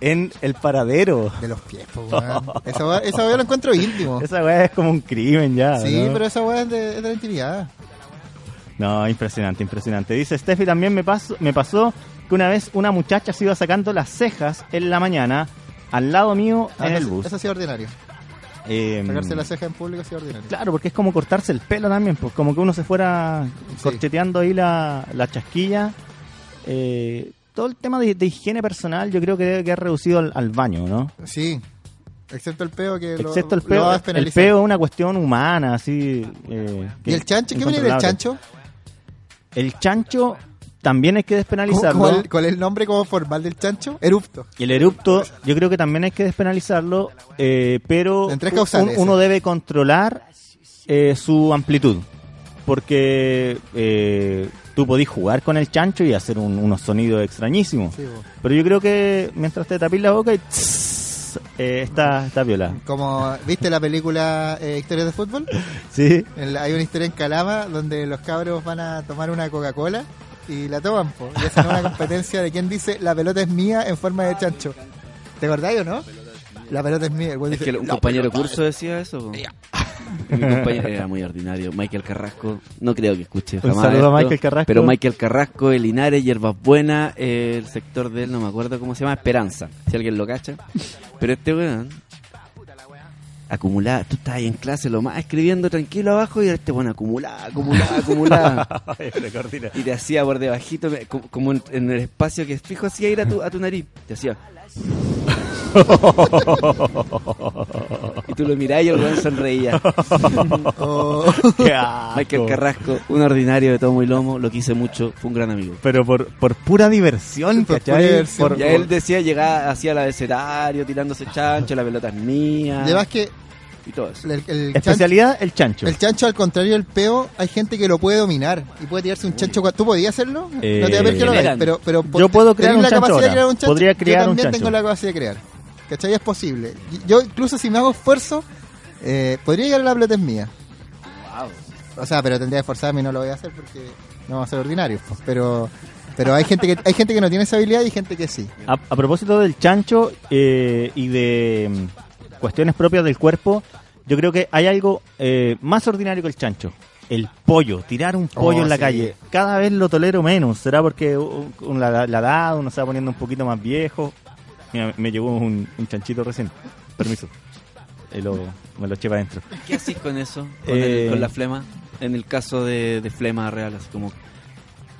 B: en el paradero.
C: De los pies, po, weón. Esa weá esa weá la encuentro íntimo.
B: Esa weá es como un crimen ya.
C: Sí,
B: ¿no?
C: pero esa weá es de, es de la intimidad.
B: No, impresionante, impresionante. Dice Steffi, también me, paso, me pasó que una vez una muchacha se iba sacando las cejas en la mañana al lado mío
C: Ah,
B: en
C: eso
B: el
C: sí-
B: bus.
C: Eso sí es ordinario.
B: Em,
C: Sacarse la ceja en público sí es ordinario.
B: Claro, porque es como cortarse el pelo también, pues como que uno se fuera
C: Sí.
B: corcheteando ahí la, la chasquilla. Eh, todo el tema de, de higiene personal yo creo que debe quedar reducido al, al baño, ¿no?
C: Sí. Excepto el peo que lo,
B: Excepto el
C: lo
B: peo.
C: vas a
B: El
C: penalizar. Ah,
B: peo es una cuestión humana, así. eh, que-
C: ¿Y el chancho? ¿Qué viene del
B: incontrolable.
C: chancho?
B: El chancho también hay que
C: ¿Cómo-
B: despenalizarlo.
C: ¿Cuál, ¿Cuál es el nombre como formal del chancho? Erupto.
B: Y el erupto, yo creo que también hay que despenalizarlo, eh, pero
C: En tres causales,
B: un- uno
C: sí.
B: debe controlar eh, su amplitud. Porque eh, tú podís jugar con el chancho y hacer un- unos sonidos extrañísimos.
C: Sí, bo.
B: Pero yo creo que mientras te tapís la boca y tss, eh, está, está violada.
C: Como, ¿viste la película eh, Historias de Fútbol?
D: [LAUGHS]
B: ¿Sí?
C: En la- hay una historia en Calama donde los cabros van a tomar una Coca-Cola y la toman, po, y hacen una competencia de quién dice la pelota es mía en forma de chancho. ¿Te acordáis o no? La pelota es mía. El güey
D: Es
C: dice,
D: que un
C: "La
D: compañero de
C: pelota
D: curso decía eso. po. Y Mi compañero era muy ordinario. Michael Carrasco, no creo que escuche.
B: Un
D: jamás
B: saludo a
D: esto,
B: Michael Carrasco.
D: Pero Michael Carrasco, el Linares, Hierbas Buenas, eh, el sector de él, no me acuerdo cómo se llama, Esperanza, si alguien lo cacha. Pero este weón, acumulada, tú estás ahí en clase, lo más escribiendo tranquilo abajo y este weón acumulada, acumulada, acumulada. Y te hacía por debajito, me- co- como en, en el espacio que es fijo, hacía ir a tu, a tu nariz. Te hacía. y tú lo mirabas y el weón sonreía.
C: es-
D: [LAUGHS]
C: Oh,
B: Qué asco.
D: Michael Carrasco, un ordinario de tomo y lomo, lo quise mucho, fue un gran amigo.
B: Pero por, por pura diversión,
C: Por
B: ¿cachai?
C: pura diversión.
B: Por-
D: Y a él decía, llegaba, hacía el abecedario, tirándose chancho, la pelota es mía.
C: Además que
D: Y todo eso.
C: el, el chancho,
B: Especialidad, el chancho.
C: el chancho, al contrario del peo, hay gente que lo puede dominar y puede tirarse un chancho. cua- ¿Tú podías hacerlo?
B: Eh,
C: no te voy a pedir que lo hagas,
D: generan.
C: pero, pero
B: Yo puedo crear
C: ¿tenés
B: un
C: la
B: chancho
C: capacidad
B: ahora.
C: de crear un chancho?
B: Podría crear
C: Yo
B: un
C: también
B: chancho.
C: tengo la capacidad de crear. ¿Cachai? Es posible. Y- Yo incluso si me hago esfuerzo, eh, podría llegar a la pelota es mía. O sea, pero tendría que esforzarme y no lo voy a hacer porque no va a ser ordinario. pues. Pero pero hay gente que hay gente que no tiene esa habilidad y gente que sí.
B: A, a propósito del chancho eh, y de mm, cuestiones propias del cuerpo, yo creo que hay algo eh, más ordinario que el chancho. El pollo, tirar un pollo
C: Oh,
B: en la
C: sí.
B: calle. Cada vez lo tolero menos. ¿Será porque uh, con la, la edad uno se va poniendo un poquito más viejo? Mira, me llegó un, un chanchito recién. Permiso. Eh, lo- me lo eché para adentro.
D: ¿Qué haces con eso?
B: Con el- Eh. con
D: con
B: la
D: la flema. En el caso de, flema real, así como,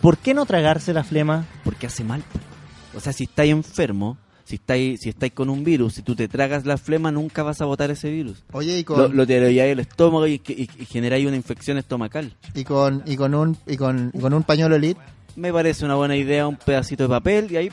B: ¿Por qué no tragarse la flema?
D: porque hace mal. po. O sea, si estáis enfermo, si estáis, si estáis con un virus, si tú te tragas la flema, nunca vas a botar ese virus.
C: Oye, y con,
D: Lo, lo te lo lleváis al estómago y, que- y- y generáis una infección estomacal.
C: y con y con un y con, y con un pañuelo elite,
D: Me parece una buena idea un pedacito de papel y ahí,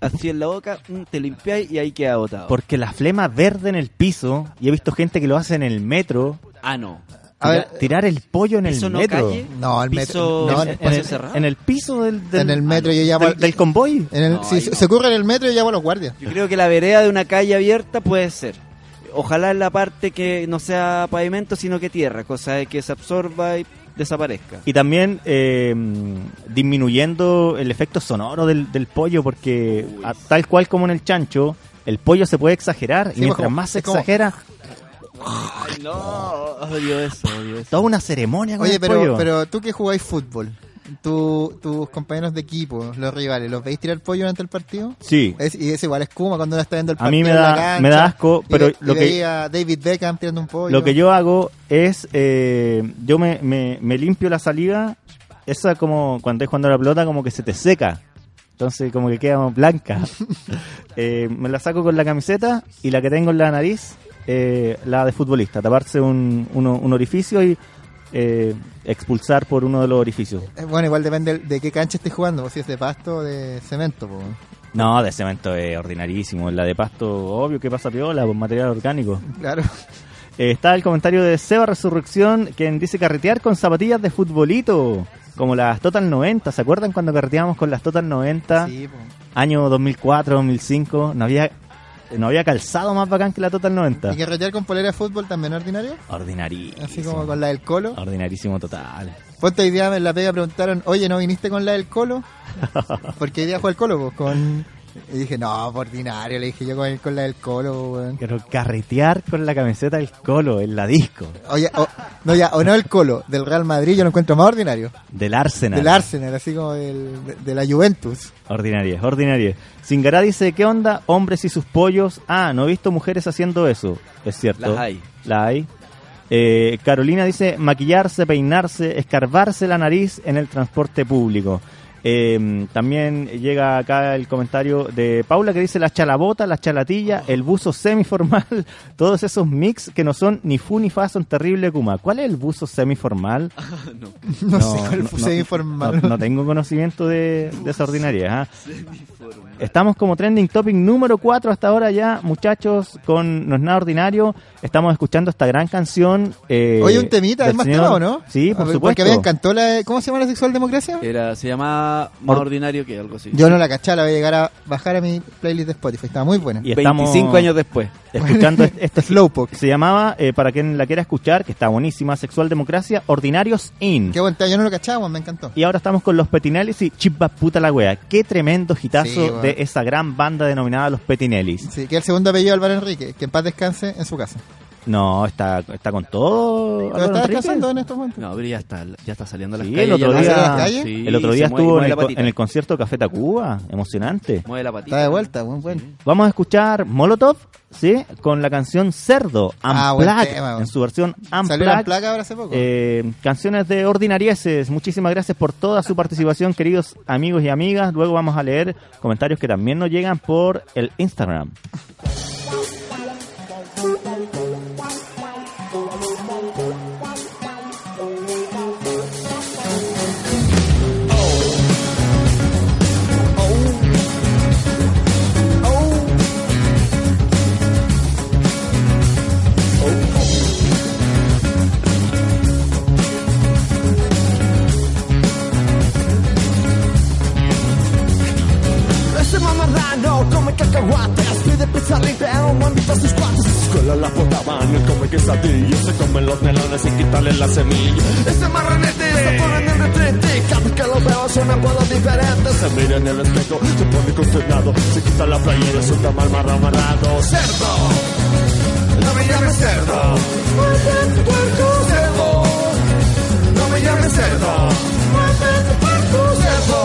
D: así en la boca, mm, te limpiáis y ahí queda botado.
B: Porque la flema verde en el piso, y he visto gente que lo hace en el metro,
D: Ah, no.
C: A
B: tira-
C: ver,
B: tirar el pollo en el
D: Eso no
B: metro.
D: calle.
C: No, el metro-
D: Piso-
C: no, el-
D: en-
B: en
D: espacio
B: el,
D: cerrado.
B: en el piso del, del-
C: en el metro yo llamo
B: del,
C: al-
B: del convoy.
C: en el-
D: No,
C: si
D: ahí
C: se-
D: no.
C: se ocurre en el metro yo llamo a los guardias.
D: Yo creo que la vereda de una calle abierta puede ser. Ojalá en la parte que no sea pavimento, sino que tierra, cosa de que se absorba y desaparezca.
B: Y también eh, disminuyendo el efecto sonoro del, del pollo, porque a- tal cual como en el chancho, el pollo se puede exagerar.
C: Sí,
B: y mientras
C: pues,
B: más se
C: es como-
B: exagera,
D: Ay, no, odio eso, odio eso.
B: toda una ceremonia con
C: Oye,
B: el pollo.
C: pero, pero tú que jugáis fútbol, tu- tus compañeros de equipo, los rivales, ¿los veis tirar pollo durante el partido?
B: Sí.
C: Es, y es igual, es Kuma cuando uno está viendo el
B: A
C: partido.
B: mí me
C: en la
B: da-
C: cancha,
B: me da asco,
C: y
B: pero
C: ve- y
B: lo que-
C: veía a David Beckham tirando un pollo.
B: Lo que yo hago es, eh, yo me, me- me limpio la saliva, esa como cuando estoy jugando a la pelota como que se te seca, entonces como que queda [LAUGHS] blanca. Eh, me la saco con la camiseta y la que tengo en la nariz, eh, la de futbolista, taparse un, uno- un orificio y eh, expulsar por uno de los orificios.
C: Eh, Bueno, igual depende de qué cancha estés jugando, pues, si es de pasto o de cemento. pues.
B: No, de cemento es ordinarísimo, la de pasto obvio que pasa piola, por material orgánico.
C: Claro.
B: Eh, está el comentario de Seba Resurrección, quien dice carretear con zapatillas de futbolito, como las Total 90. ¿Se acuerdan cuando carreteábamos con las Total 90?
C: Sí, pues.
B: Año 2004, 2005. No había, no había calzado más bacán que la Total 90.
C: ¿Y que retear con polera de fútbol también ordinario?
B: Ordinarísimo.
C: Así como con la del colo.
B: Ordinarísimo total.
C: Ponte hoy día en la pega preguntaron, oye, ¿no viniste con la
B: [LAUGHS]
C: del colo? Porque hoy día juega el colo, pues, con... Y dije, no, por ordinario, le dije yo con, con la del colo, pues, weón.
B: Pero carretear con la camiseta del colo en la disco,
C: Oye, o- no, ya, o no el colo, del Real Madrid yo lo encuentro más ordinario.
B: del Arsenal.
C: Del Arsenal, así como del- de, de la Juventus. [LAUGHS]
B: Ordinaria, ordinaria. Singará dice, ¿qué onda? Hombres y sus pollos. Ah, no he visto mujeres haciendo eso. Es cierto.
D: Las hay.
B: La hay. Eh, Carolina dice, maquillarse, peinarse, escarbarse la nariz en el transporte público. Eh, también llega acá el comentario de Paula que dice la chalabota, la chalatilla, el buzo semiformal, [LAUGHS] todos esos mix que no son ni fu ni fa, son terrible Kuma. ¿Cuál es el buzo semiformal?
C: No, sé cuál
B: no,
C: puse
B: no,
C: informal.
B: no, no tengo conocimiento de, de esa ordinaria. ajá. Estamos como trending topic número 4 hasta ahora ya, muchachos, con No es nada ordinario. Estamos escuchando esta gran canción. eh,
C: Oye, un temita,
B: del
C: ¿hay más
B: señor-
C: tema o no?
B: Sí, por
C: Porque
B: supuesto. Eh,
C: habían cantado la... ¿Cómo se llama la sexual democracia?
D: Era, se llamaba Más
B: Or-
D: Ordinario que algo así.
C: Yo no la cachaba, la voy a llegar a bajar a mi playlist de Spotify. Estaba muy buena.
B: Y estamos
D: 25 años después.
C: [LAUGHS]
B: escuchando este, este
C: Slowpoke.
B: Se llamaba, eh, para quien la quiera escuchar, que está buenísima, Sexual Democracia, Ordinarios In.
C: Qué buen tema, yo no lo cachaba, weón, me encantó.
B: Y ahora estamos con los Petinellis y Chimba puta la wea. Qué tremendo hitazo
C: Sí, weón.
B: de esa gran banda denominada Los Petinellis.
C: Sí, que el segundo apellido de Álvaro Enrique, que en paz descanse en su casa.
B: No, está, está con todo.
C: Pero
B: Álvaro
C: está
B: Enrique.
C: descansando en estos momentos.
D: No, pero ya está, ya está saliendo a las
B: Sí,
D: calles.
B: el otro
D: ya
B: día-
D: la-
C: ¿Ah, sale a las calles?
D: Sí,
B: El otro
D: se
B: día
D: mueve-
B: estuvo en
D: mueve la
B: el, co-
D: patita.
B: en el concierto Café Tacuba. Emocionante.
D: Mueve la patita.
C: Está de vuelta, buen, buen.
B: Vamos a escuchar Molotov, ¿sí? Con la canción Cerdo,
C: Ah, buen
B: Unplugged,
C: tema, weón.
B: en su versión
C: Salió la
B: Unplugged.
C: placa ahora hace poco.
B: Eh, canciones de Ordinarieses. Muchísimas gracias por toda su participación, queridos amigos y amigas. Luego vamos a leer comentarios que también nos llegan por el Instagram.
F: Ese mamarrano come cacahuates, pide pizza ripeo, invita a sus cuates.
H: escuela la botaban, él come quesadillas, se comen los melones sin quitarle la semilla.
F: Ese marranete se ponen en retrete, cada vez que lo veo son apodos diferentes.
H: Se mira en el espejo, se pone consternado, se quita la playera, se toma el marrón amarrado.
F: Cerdo, no me llames cerdo. Muévete, puerco, cerdo. No me llames cerdo. Muévete, puerco, cerdo.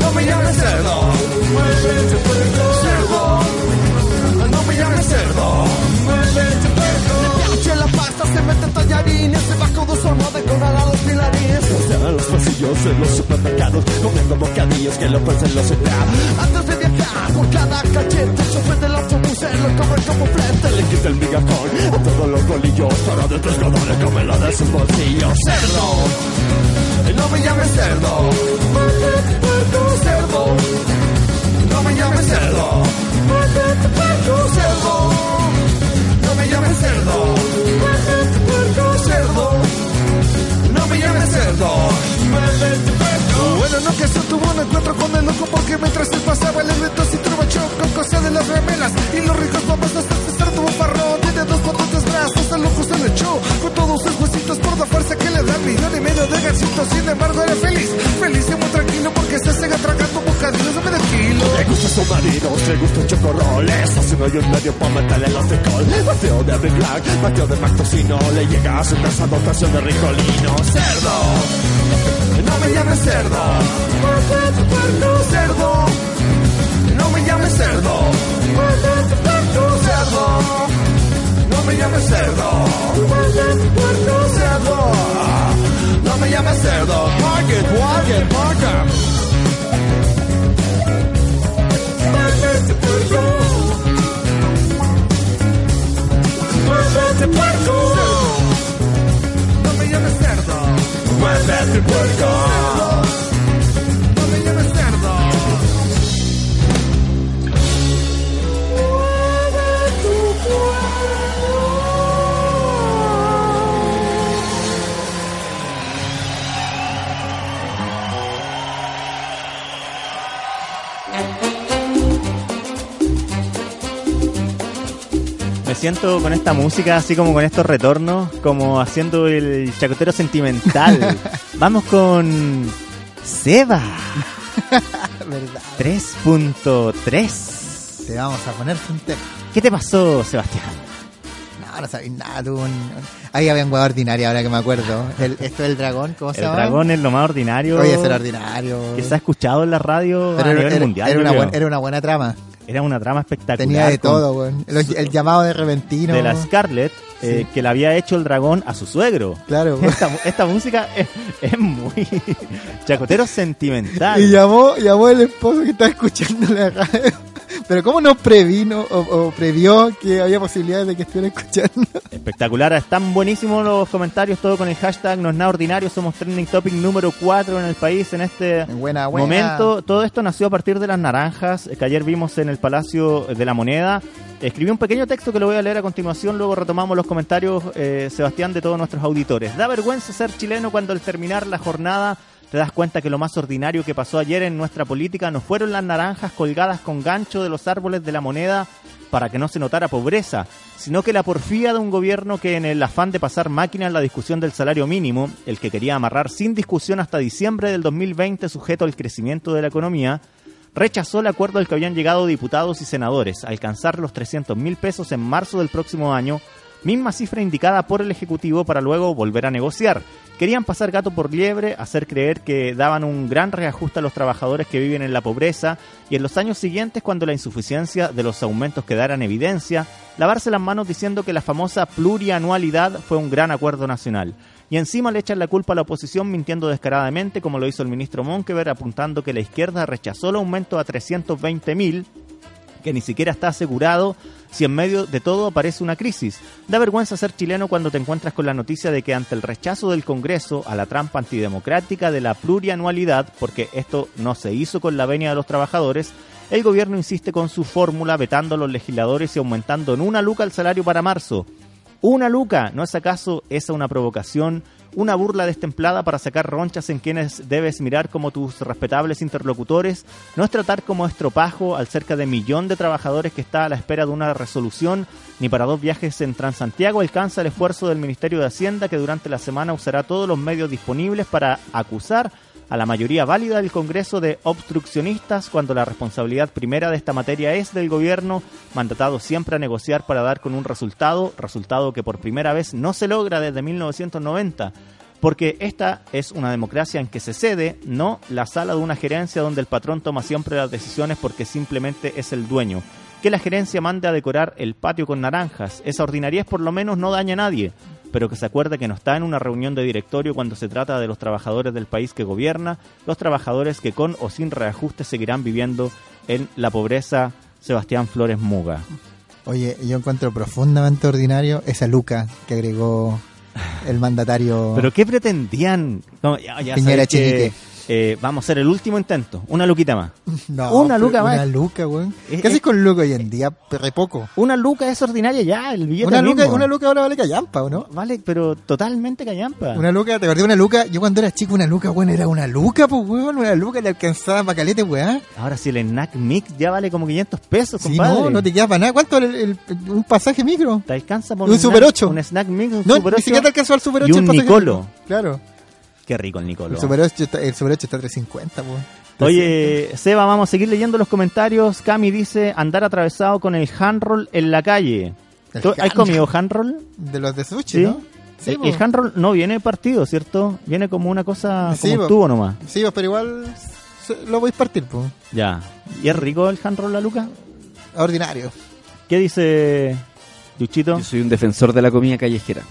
F: No me llames cerdo. Muévete, puerco, cerdo. No me llames cerdo. Muévete, puerco. Le en la pasta, se mete en tallarines, se baja dos almohadas con alados pilarines.
H: Pasean en los pasillos, en los supermercados, comiendo bocadillos que lo pasan los está.
F: Antes de viajar, por cada cachete, el chofer del autobús se lo come como frente.
H: Le quita el migajón a todos los bolillos, para de tres codones, cómelo de sus bolsillos.
F: cerdo. No me llames cerdo. Mátete, puerco, cerdo. No me llames cerdo. Mátete, puerco, cerdo. No me llames cerdo. Mátete, puerco, cerdo. No me llames cerdo. Mátete, puerco. Bueno, no que eso tuvo un encuentro con el loco porque mientras él pasaba el evento se trovachó con cosa de las remelas y los ricos vamos a hacer cerdo un farrón. Tiene dos potentes brazos, el loco se le echó con todos sus huesitos por la fuerza que le da millón y medio de gancitos. Sin embargo, era feliz, feliz y muy tranquilo porque se sigue tragando bocadillos de medio kilo.
H: Le gusta submarinos, le gustan chocorroles, así no hay un medio para meterle los de col. Mateo de Big Black, Mateo de Mactocino, le llega a su casa dotación de ricolino.
F: cerdo. No me llames cerdo. Mata tu puerco cerdo. No me llames cerdo. Mata tu puerco cerdo. No me llames cerdo. Mata tu puerco cerdo. No me llames cerdo. Park it, walk it, park 'em. Mata tu puerco. Mata tu puerco. No me llames cerdo. Mata tu puerco. No me llames cerdo.
B: Me siento con esta música, así como con estos retornos, como haciendo el chacotero
C: [LAUGHS]
B: sentimental. Vamos con Seba
C: ¿Verdad?
B: 3.3.
C: Te vamos a poner un tema.
B: ¿Qué te pasó, Sebastián?
C: No, no sabéis nada, tú. un- Ahí había un hueá ordinario, ahora que me acuerdo. El- esto del dragón, ¿cómo se
B: El
C: llama?
B: dragón es lo más ordinario
C: Oye, ese era ordinario.
B: que se ha escuchado en la radio
C: Pero
B: a
C: era,
B: nivel
C: era-
B: mundial.
C: era
B: yo
C: una
B: creo.
C: buena, era una buena trama.
B: Era una trama espectacular.
C: Tenía de
B: con-
C: todo, weón. El, el llamado de repentino.
B: de la Scarlett eh, que le había hecho el dragón a su suegro.
C: Claro,
B: [LAUGHS]
C: weón.
B: Esta, esta música es, es muy [LAUGHS] chacotero sentimental.
C: Y llamó, llamó el esposo que estaba escuchando la radio. [LAUGHS] Pero ¿cómo no previno o, o previó que había posibilidades de que estuviera escuchando? [LAUGHS]
B: Espectacular, están buenísimos los comentarios, todo con el hashtag No es nada ordinario, somos trending topic número 4 en el país en este
C: Buena, buena.
B: momento. Todo esto nació a partir de las naranjas eh, que ayer vimos en el Palacio de la Moneda. Escribí un pequeño texto que lo voy a leer a continuación, luego retomamos los comentarios, eh, Sebastián, de todos nuestros auditores. Da vergüenza ser chileno cuando al terminar la jornada te das cuenta que lo más ordinario que pasó ayer en nuestra política no fueron las naranjas colgadas con gancho de los árboles de la moneda para que no se notara pobreza, sino que la porfía de un gobierno que en el afán de pasar máquina en la discusión del salario mínimo, el que quería amarrar sin discusión hasta diciembre del 2020 sujeto al crecimiento de la economía, rechazó el acuerdo al que habían llegado diputados y senadores, alcanzar los 300 mil pesos en marzo del próximo año, misma cifra indicada por el Ejecutivo para luego volver a negociar. Querían pasar gato por liebre, hacer creer que daban un gran reajuste a los trabajadores que viven en la pobreza y en los años siguientes cuando la insuficiencia de los aumentos quedara en evidencia, lavarse las manos diciendo que la famosa plurianualidad fue un gran acuerdo nacional. Y encima le echan la culpa a la oposición mintiendo descaradamente, como lo hizo el ministro Monkever, apuntando que la izquierda rechazó el aumento a 320 mil que ni siquiera está asegurado si en medio de todo aparece una crisis. Da vergüenza ser chileno cuando te encuentras con la noticia de que ante el rechazo del Congreso a la trampa antidemocrática de la plurianualidad, porque esto no se hizo con la venia de los trabajadores, el gobierno insiste con su fórmula vetando a los legisladores y aumentando en una luca el salario para marzo. Una luca, ¿no es acaso esa una provocación, una burla destemplada para sacar ronchas en quienes debes mirar como tus respetables interlocutores? ¿No es tratar como estropajo al cerca de millón de trabajadores que está a la espera de una resolución? Ni para dos viajes en Transantiago alcanza el esfuerzo del Ministerio de Hacienda que durante la semana usará todos los medios disponibles para acusar a la mayoría válida del Congreso de obstruccionistas cuando la responsabilidad primera de esta materia es del gobierno, mandatado siempre a negociar para dar con un resultado, resultado que por primera vez no se logra desde 1990. Porque esta es una democracia en que se cede, no la sala de una gerencia donde el patrón toma siempre las decisiones porque simplemente es el dueño. Que la gerencia mande a decorar el patio con naranjas. Esa ordinariez por lo menos no daña a nadie pero que se acuerde que no está en una reunión de directorio cuando se trata de los trabajadores del país que gobierna, los trabajadores que con o sin reajuste seguirán viviendo en la pobreza. Sebastián Flores Muga.
C: Oye, yo encuentro profundamente ordinario esa luca que agregó el mandatario.
B: ¿Pero qué pretendían? No, ya- ya
C: Piñera
B: sabéis que,
C: Chinique.
B: eh, vamos a hacer el último intento, una luquita más.
C: No,
B: una
C: pero
B: luca más. Eh,
C: Una luca, weón.
B: Es-
C: ¿Qué haces
B: es-
C: con luca hoy en día? Re poco.
B: Una luca es ordinaria ya, el billete
C: Una luca,
B: mismo.
C: una luca ahora vale callampa, ¿o no?
B: Vale, pero totalmente callampa.
C: Una luca, te acordé de una luca. Yo cuando era chico, una luca, weón, era una luca, pues, weón. Una luca le alcanzaba Macalete, weón.
B: Ahora si el snack mix ya vale como 500 pesos,
C: Si
B: compadre.
C: no, no te quedas para nada. ¿Cuánto vale el- el- un pasaje micro?
B: Te alcanza por
C: Un Super
B: snack-
C: 8.
B: Un snack mix, un
C: No,
B: Super 8.
C: ni siquiera te alcanzó al Super
B: y
C: 8 el
B: un
C: pasaje
B: Nicolo.
C: micro. Claro.
B: Qué rico el Nicolo.
C: El Super 8 está, el Super 8 está a 350, weón.
B: Oye, Seba, vamos a seguir leyendo los comentarios. Cami dice andar atravesado con el handroll en la calle.
C: El
B: ¿Tú ¿Has
C: hand-
B: comido handroll?
C: De los de sushi,
B: Sí.
C: ¿no? Sí,
B: Eh,
C: po.
B: el hand roll no viene partido, ¿cierto? Viene como una cosa,
C: Sí,
B: como
C: po.
B: un tubo nomás.
C: Sí, pues, pero igual se- lo voy a partir, pues.
B: Ya. ¿Y es rico el hand roll, la Luca?
C: Ordinario.
B: ¿Qué dice Luchito?
D: Yo soy un defensor de la comida callejera.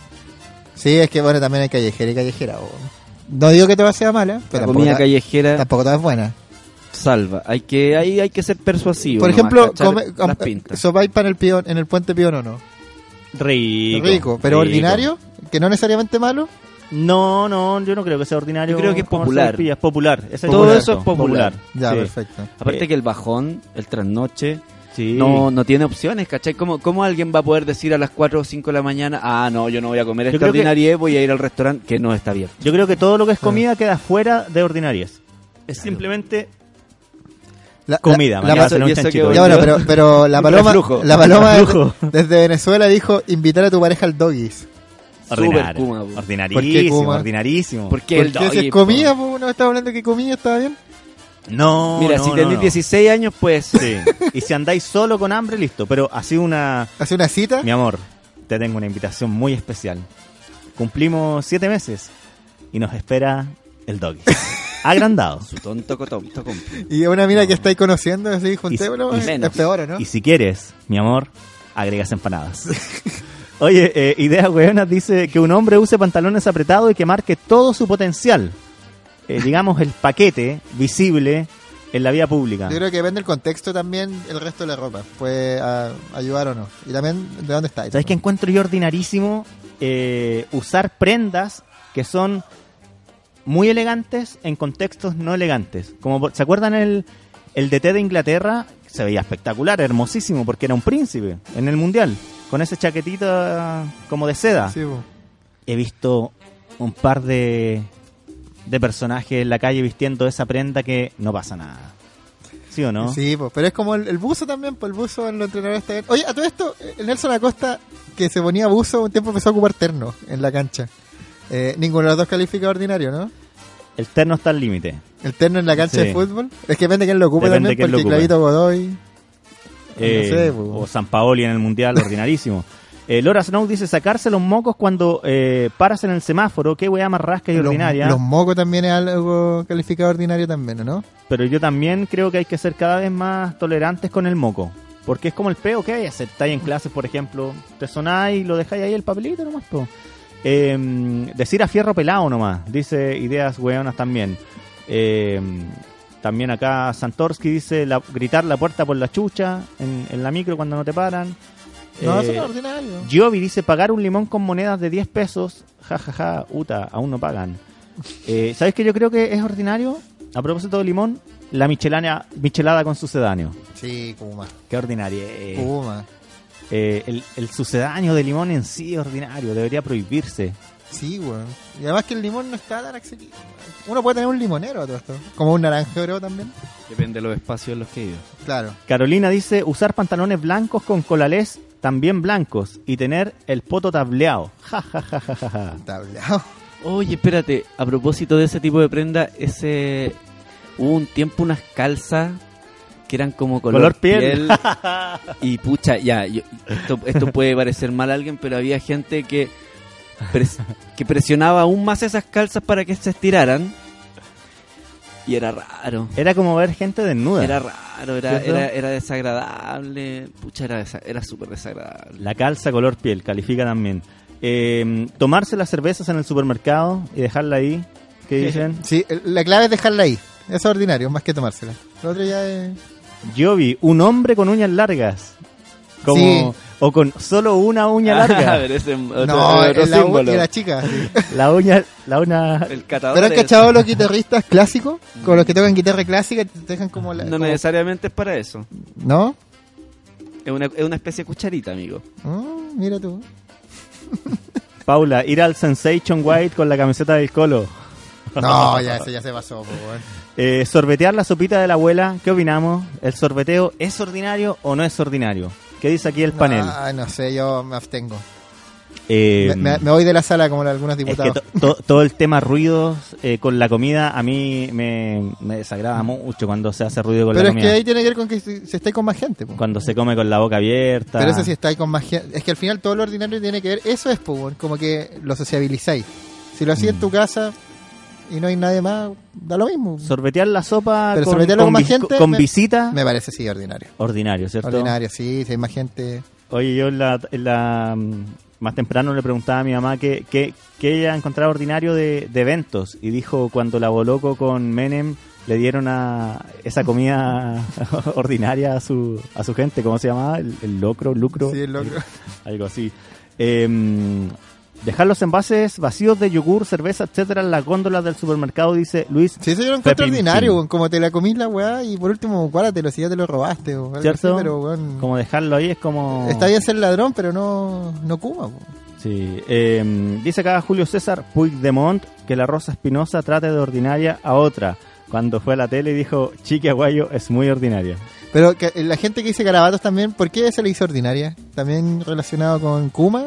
C: Sí, es que bueno, también hay callejera y callejera. po. No digo que te va a ser mala, pero
D: la
C: tampoco
D: comida
C: ta-
D: callejera
C: tampoco todas buenas.
D: salva. Hay que, ahí hay que ser persuasivo.
C: Por
D: nomás,
C: ejemplo,
D: cachar
C: come,
D: las
C: com-
D: pintas.
C: sopaipa en el, pío- en el puente Pío Nono.
B: Rico.
C: Rico, pero ordinario, que no necesariamente malo.
B: No, no, yo no creo que sea ordinario.
D: Yo creo que es
B: Comerse
D: popular.
B: las pillas, Es popular. Ese
D: Todo
B: correcto.
D: eso es popular.
C: Ya,
B: sí.
C: perfecto.
D: Aparte
B: Eh.
D: que el bajón, el trasnoche,
B: Sí.
D: no, no tiene opciones, ¿cachai? ¿Cómo, ¿Cómo alguien va a poder decir a las 4 o 5 de la mañana, ah, no, yo no voy a comer
B: Yo
D: esta
B: creo que-
D: ordinaria, voy a ir al restaurante que no está abierto?
B: Yo creo que todo lo que es comida queda fuera de ordinarias. Es simplemente
C: La- la-
B: comida.
C: la-
B: mañana
D: eso-
B: será
D: y
B: un
D: eso que
B: chanchito.
D: voy
C: ya, bueno, pero, pero la
D: Un
C: paloma,
D: reflujo.
C: la paloma
B: Reflujo.
C: desde, desde Venezuela dijo invitar a tu pareja al doggies.
D: Súper
B: Ordinario.
D: Kuma, po.
C: ¿Por qué
B: ordinarísimo,
C: Kuma?
B: ordinarísimo.
D: Porque el
C: Porque si
D: doggy,
C: es comida,
D: po.
C: pues uno está hablando que comida está bien.
B: No,
D: Mira,
B: no,
D: si
B: no,
D: tenéis
B: no.
D: 16 años, pues...
B: Sí. Y si andáis solo con hambre, listo. Pero así una...
C: Hace una cita.
B: Mi amor, te tengo una invitación muy especial. Cumplimos siete meses y nos espera el
C: [LAUGHS]
B: doggy. Agrandado.
D: Su tonto cotonto completo.
C: Y una mina que estáis conociendo, así, juntémoslo,
B: y
C: es
D: menos.
C: peor, ¿o ¿no?
B: Y si quieres, mi amor, agregas empanadas. Oye, eh, Ideas Weonas dice que un hombre use pantalones apretados y que marque todo su potencial. Eh, digamos, el paquete visible en la vía pública.
C: Yo creo que depende del contexto también el resto de la ropa. Puede ah, ayudar o no. Y también de dónde estáis.
B: ¿Sabes qué encuentro yo ordinarísimo? Eh, usar prendas que son muy elegantes en contextos no elegantes. Como por- ¿Se acuerdan el, el DT de Inglaterra? Se veía espectacular, hermosísimo, porque era un príncipe en el Mundial, con ese chaquetito ah, como de seda.
C: Sí, po.
B: He visto un par de, de personajes en la calle vistiendo esa prenda que no pasa nada. ¿Sí o no?
C: Sí, po. pero es como el, el buzo también, pues el buzo en los entrenadores está bien. Oye, a todo esto, el Nelson Acosta, que se ponía buzo, un tiempo empezó a ocupar terno en la cancha. Eh, ninguno de los dos califica de ordinario, ¿no?
B: El terno está al límite.
C: El terno en la cancha
B: Sí.
C: de fútbol. Es que depende de quién lo ocupe
B: Depende de
C: también,
B: quién lo
C: porque
B: ocupe.
C: Clavito Godoy.
B: Eh,
C: no sé, pues, po.
B: o San Paoli en el Mundial,
C: [LAUGHS]
B: ordinarísimo. Eh, Laura Snow dice sacarse los mocos cuando eh, paras en el semáforo, qué weá más rasca y
C: Los-
B: ordinaria.
C: Los, mocos también es algo calificado de ordinario también, ¿o ¿no?
B: Pero yo también creo que hay que ser cada vez más tolerantes con el moco. Porque es como el peo que hay, aceptáis en clases, por ejemplo, te sonáis y lo dejáis ahí el papelito nomás. po. Eh, decir a fierro pelado nomás, dice ideas weonas también. Eh, también acá Santorsky dice la- gritar la puerta por la chucha en, en la micro cuando no te paran.
C: No,
B: Eh,
C: eso no es ordinario.
B: Giovi dice pagar un limón con monedas de 10 pesos. Ja, ja, ja, Uta, aún no [LAUGHS] pagan. Eh, ¿Sabes qué yo creo que es ordinario? A propósito de limón, la michelana, michelada con sucedáneo.
C: Sí, Kuma.
B: Qué ordinario. eh.
C: Kuma.
B: Eh, el, el sucedáneo de limón en sí es ordinario, debería prohibirse.
C: Sí, weón. Y además que el limón no está tan accesible. Uno puede tener un limonero a todo esto. Como un naranjero también.
D: Depende de los espacios en los que vives.
C: Claro.
B: Carolina dice usar pantalones blancos con colalés también blancos y tener el poto tableado. Ja, ja, ja, ja, ja, ja.
C: Tableado.
D: Oye, espérate, a propósito de ese tipo de prenda, ese hubo un tiempo unas calzas que eran como color,
B: Color
D: [LAUGHS]
B: piel.
D: y pucha, ya, yo- esto, esto puede parecer mal a alguien, pero había gente que pres- que presionaba aún más esas calzas para que se estiraran y era raro.
B: Era como ver gente desnuda.
D: Era raro, era,
B: ¿Cierto?
D: era, era desagradable. Pucha, era, desa- era súper desagradable.
B: La calza color piel, califica también. Eh, tomarse las cervezas en el supermercado y dejarla ahí.
C: [LAUGHS]
B: ¿Qué dicen?
C: Sí, el- la clave es dejarla ahí. Eso es ordinario, más que tomársela. Lo otro ya es.
B: Yo vi un hombre con uñas largas. Como,
C: Sí.
B: O con solo una
C: [LAUGHS]
B: uña
D: [LAUGHS] A
B: larga.
D: ver, ese es otro-
C: No,
D: otro
C: es la, u-
D: símbolo.
C: y
B: [LAUGHS]
C: la chica. sí.
B: la uña. La uña.
D: El catador
C: Pero han
D: es-
C: cachado los guitarristas clásicos, con los que tocan guitarra clásica, te dejan como la.
D: No
C: como-
D: necesariamente es para eso.
C: ¿No?
D: Es una, es una especie de cucharita, amigo.
C: Mm, mira tú.
B: Paula, ir al Sensation White con la camiseta del colo.
C: No, ya, eso ya se pasó, pues, po, weón.
B: Eh, sorbetear la sopita de la abuela. ¿Qué opinamos? ¿El sorbeteo es ordinario o no es ordinario? ¿Qué dice aquí el panel?
C: Ah, no sé, yo me abstengo.
B: Eh,
C: Me, me- me voy de la sala como algunos
B: es que
C: diputados.
B: to- to- todo el tema ruidos eh, con la comida a mí me, me desagrada mucho cuando se hace ruido con
C: Pero
B: la
C: es
B: comida.
C: que ahí tiene que ver con que se, se está con más gente. po.
B: Cuando se come con la boca abierta.
C: Pero eso sí está ahí con más gente. Es que al final todo lo ordinario tiene que ver. Eso es po, weón, como que lo sociabilizáis. Si lo
B: Mm.
C: hacías en tu casa y no hay nadie más, da lo mismo.
B: Sorbetear la sopa
C: Pero
B: con,
C: sorbetearlo
B: con
C: con más
B: vis-
C: gente,
B: con
C: me-
B: visita.
C: Me parece sí ordinario.
B: Ordinario, ¿cierto?
C: Ordinario, sí, si hay más gente.
B: Oye, yo en la, en la, mm, más temprano le preguntaba a mi mamá qué, qué, qué ella encontraba ordinario de, de eventos y dijo cuando la Boloco con Menem le dieron a esa comida [LAUGHS] ordinaria a su, a su gente, ¿cómo se llamaba? El, el locro, lucro.
C: Sí, el locro.
B: Algo así. Em, dejar los envases vacíos de yogur, cerveza, etcétera en las góndolas del supermercado, dice Luis.
C: Sí, eso yo lo encuentro
B: Pepín
C: ordinario,
B: Chin.
C: weón, como te la comís la weá y por último, guárdatelo si ya te lo robaste. o algo así,
B: ¿Cierto?
C: pero, weón,
B: Como dejarlo ahí es como...
C: Está bien ser ladrón, pero no, no Kuma. po.
B: Sí, eh, dice acá Julio César Puigdemont que la Rosa Espinosa trate de ordinaria a otra. Cuando fue a la tele dijo, Chiqui Aguayo es muy ordinaria.
C: Pero que- eh, la gente que dice garabatos también, ¿por qué se le hizo ordinaria? ¿También relacionado con Kuma?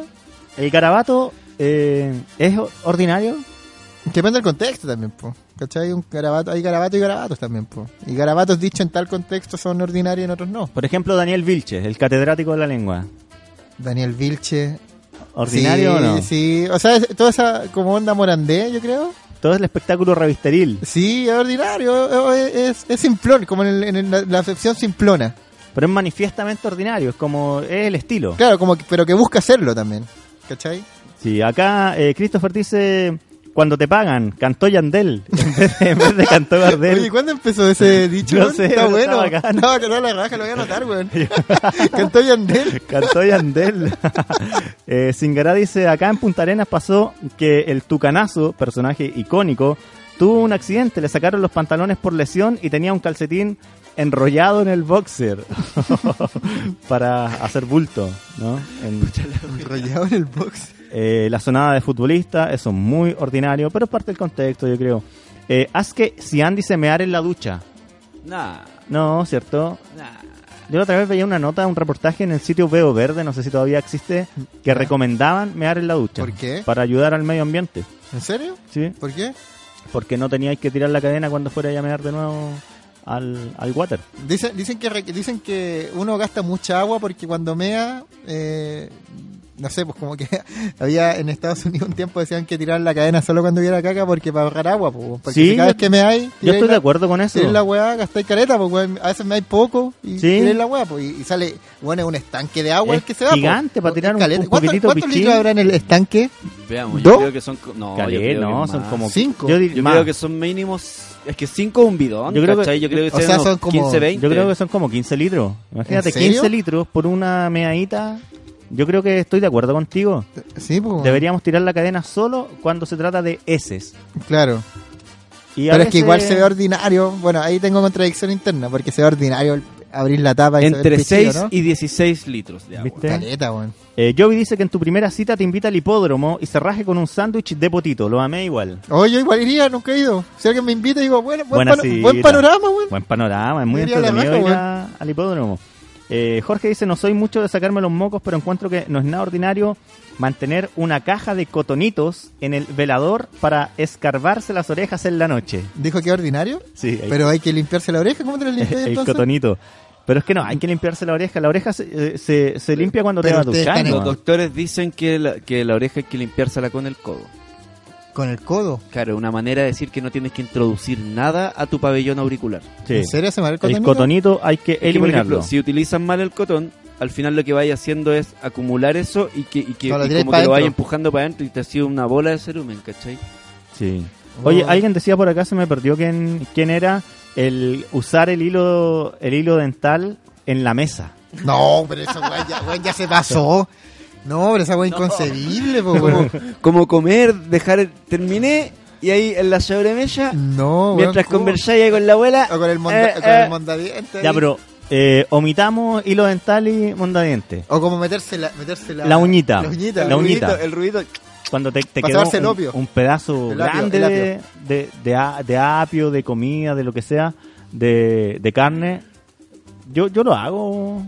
B: ¿El garabato eh, es o- ordinario?
C: Depende del contexto también, po. ¿Cachai? Un garabato, hay garabatos y garabatos también, po. Y garabatos dichos en tal contexto son ordinarios y en otros no.
B: Por ejemplo, Daniel Vilches, el catedrático de la lengua.
C: Daniel Vilche.
B: ¿Ordinario
C: sí,
B: o no?
C: Sí, o sea, es- toda esa como onda morandé, yo creo.
B: Todo el espectáculo revisteril.
C: Sí, es ordinario, es, es, es simplón, como en, el- en el- la, la acepción simplona.
B: Pero es manifiestamente ordinario, es como es el estilo.
C: Claro, como que- pero que busca hacerlo también. ¿Cachai?
B: Sí, acá eh, Christopher dice, cuando te pagan, cantó Yandel [LAUGHS] en vez de, en vez de cantó Gardel.
C: Oye, ¿cuándo empezó ese dicho?
B: [LAUGHS] No
C: weón?
B: sé,
C: está
B: pero
C: bueno.
B: está bacán.
C: No, que no la raja, lo voy a
B: [LAUGHS]
C: anotar, weón. Cantó Yandel.
B: Cantó Yandel. [LAUGHS] eh, Singará dice, acá en Punta Arenas pasó que el Tucanazo, personaje icónico, tuvo un accidente, le sacaron los pantalones por lesión y tenía un calcetín enrollado en el boxer [LAUGHS] para hacer bulto, ¿no? En-
C: Enrollado en el box.
B: eh, la sonada de futbolista, eso es muy ordinario, pero es parte del contexto, yo creo. Eh, haz que si Andy se mear en la ducha.
D: Nah,
B: No, ¿cierto?
D: nah.
B: Yo la otra vez veía una nota, un reportaje en el sitio Veo Verde, no sé si todavía existe, que recomendaban mear en la ducha.
C: ¿Por qué?
B: Para ayudar al medio ambiente,
C: ¿En serio?
B: ¿sí?
C: ¿Por qué?
B: Porque no teníais que tirar la cadena cuando fuera a mear de nuevo al, al water.
C: Dicen, dicen, que, re- dicen que uno gasta mucha agua porque cuando mea, eh, no sé, pues como que [LAUGHS] había en Estados Unidos un tiempo decían que tirar la cadena solo cuando hubiera caca porque para ahorrar agua, pues, weón. porque
B: Sí,
C: si cada
B: yo-
C: vez que meáis,
B: Yo
C: tiráis
B: estoy de
C: la-
B: acuerdo con eso.
C: tiráis la weá, gastáis careta, pues weón. a veces meáis poco y
B: Sí.
C: tiráis la weá, pues, y, y sale, bueno, es un estanque de agua
B: Es
C: el que se va. pues.
B: gigante para tirar
C: Es
B: un-
C: caleta.
B: un
C: ¿Cuánto-
B: poquitito
C: ¿Cuántos
B: pichín?
C: litros habrá en el estanque?
D: Veamos,
C: ¿Dos?
D: yo creo que son. co- No, yo
B: Calé,
D: creo que
B: no, son
D: más.
B: como...
C: Cinco.
B: Yo, dir-
D: Yo
B: más.
D: creo que son mínimos. Es que 5 es un bidón.
B: Yo creo que-
D: ¿cachai? yo creo que
C: o sea,
D: unos
C: son como-
D: 15, 20.
B: Yo creo que son como 15 litros. Imagínate,
C: ¿En serio?
B: 15 litros por una meadita. Yo creo que estoy de acuerdo contigo.
C: Sí, pues. weón.
B: Deberíamos tirar la cadena solo cuando se trata de heces.
C: Claro.
B: Y a
C: Pero es que
B: veces-
C: igual se ve ordinario. Bueno, ahí tengo contradicción interna porque se ve ordinario el- abrir la tapa y se ve el
D: Entre
C: pichillo,
D: 6
C: ¿no?
D: y 16 litros de agua.
B: ¿Viste?
C: Caleta, weón.
B: Eh, Joey dice que en tu primera cita te invita al hipódromo y se raje con un sándwich de potito. Lo amé igual.
C: Oh, yo igual iría, nunca he ido. Si alguien me invita, digo, bueno, buen,
B: Buena
C: pano-
B: cita.
C: buen panorama, weón.
B: Buen panorama, es muy
C: Iría a la
B: entretenido
C: raja,
B: ir a- al hipódromo. Eh, Jorge dice, no soy mucho de sacarme los mocos, pero encuentro que no es nada ordinario mantener una caja de cotonitos en el velador para escarbarse las orejas en la noche.
C: Dijo que es ordinario,
B: Sí, ahí-
C: pero hay que limpiarse la
B: [LAUGHS]
C: oreja. ¿Cómo te la limpias
B: el
C: entonces?
B: cotonito. Pero es que no, hay que limpiarse la oreja. La oreja se, eh, se, se limpia cuando te
C: Pero
B: vas
C: ustedes
B: duchando.
C: están
D: Los doctores dicen que la, que la oreja hay que limpiársela con el codo.
C: Con el codo.
D: Claro, una manera de decir que no tienes que introducir nada a tu pabellón auricular.
B: Sí.
C: ¿En serio se me va el cotonito?
B: El cotonito hay que
D: Es que, por
B: eliminarlo.
D: ejemplo, si utilizan mal el cotón, al final lo que vaya haciendo es acumular eso y que, y que,
C: No, lo
D: y
C: tiráis
D: como
C: pa'
D: que lo vaya
C: dentro.
D: empujando para adentro y te ha sido una bola de cerumen, ¿cachai?
B: Sí.
C: Oh.
B: Oye, alguien decía por acá, se me perdió quién, quién era, el usar el hilo, el hilo dental en la mesa.
C: No, pero esa weón ya, weón, ya se pasó. No, pero esa weón inconcebible, po,
D: Como,
C: weón.
D: como comer, dejar, el- terminé y ahí en la sobremesa,
C: No, weón.
D: mientras
C: ¿cómo?
D: conversáis ahí con la abuela,
C: O con el, monda,
D: eh,
C: con
D: eh,
C: el mondadiente.
B: Ya,
C: ahí.
B: pero eh, omitamos hilo dental y mondadiente.
C: O como meterse la, meterse la,
B: La uñita.
C: La uñita.
B: La uñita.
D: el ruido, el ruido.
B: Cuando te, te
C: Para
B: quedó
C: sacarse el
B: un,
C: opio.
B: un pedazo
C: El apio,
B: grande
C: el apio.
B: de, de, de a- de apio, de comida, de lo que sea, de, de carne. Yo, yo lo hago.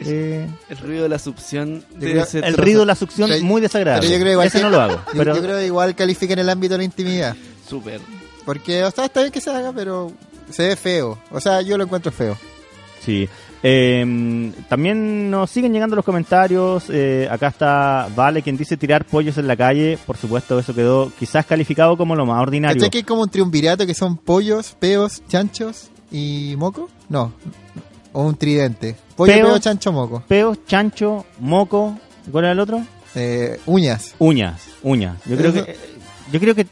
B: eh,
D: El ruido de la succión de
C: creo-
D: ese
B: el
D: trozo.
B: ruido de la succión
C: Pero-
B: muy desagradable.
C: Pero yo creo igual
B: Ese
C: que-
B: no lo hago.
C: yo-
B: Pero
C: Yo creo que igual califica en el ámbito de la intimidad.
D: Súper.
C: Porque, o sea, está bien que se haga, pero se ve feo. O sea, yo lo encuentro feo.
B: Sí. Eh, también nos siguen llegando los comentarios. Eh, acá está Vale, quien dice tirar pollos en la calle. Por supuesto, eso quedó quizás calificado como lo más ordinario.
C: ¿Cachai que es como un triunvirato que son pollos, peos, chanchos y moco? No. O un tridente. Pollo,
B: Peo.
C: peo, chancho, moco.
B: Peos, chancho, moco. ¿Cuál era el otro?
C: Eh, uñas.
B: Uñas, uñas. Yo creo
C: Eso-
B: que, yo creo que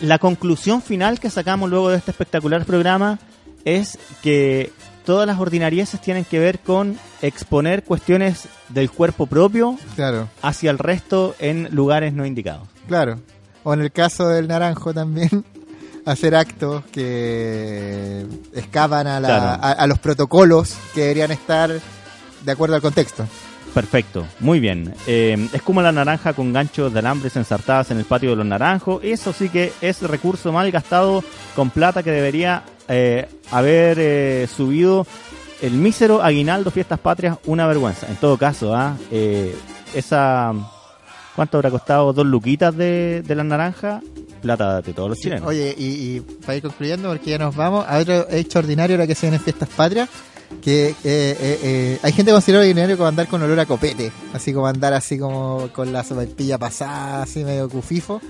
B: la conclusión final que sacamos luego de este espectacular programa es que todas las ordinarieces tienen que ver con exponer cuestiones del cuerpo propio
C: Claro,
B: hacia el resto en lugares no indicados.
C: claro. O en el caso del naranjo también, [LAUGHS] hacer actos que escapan a, la-
B: Claro.
C: a- a los protocolos que deberían estar de acuerdo al contexto.
B: Perfecto, muy bien. Eh, es como la naranja con ganchos de alambres ensartadas en el patio de los naranjos. Eso sí que es recurso mal gastado con plata que debería eh, haber eh, subido el mísero aguinaldo Fiestas Patrias. Una vergüenza. En todo caso, ¿ah? Eh, esa... ¿Cuánto habrá costado dos luquitas de, de las naranjas? Plata de todos los chilenos.
C: Oye, y, y para ir concluyendo, porque ya nos vamos, a otro hecho ordinario ahora que se vienen fiestas patrias, que eh, eh, eh, hay gente que considera ordinario como andar con olor a copete, así como andar así como con la sopaipilla pasada, así medio cufifo.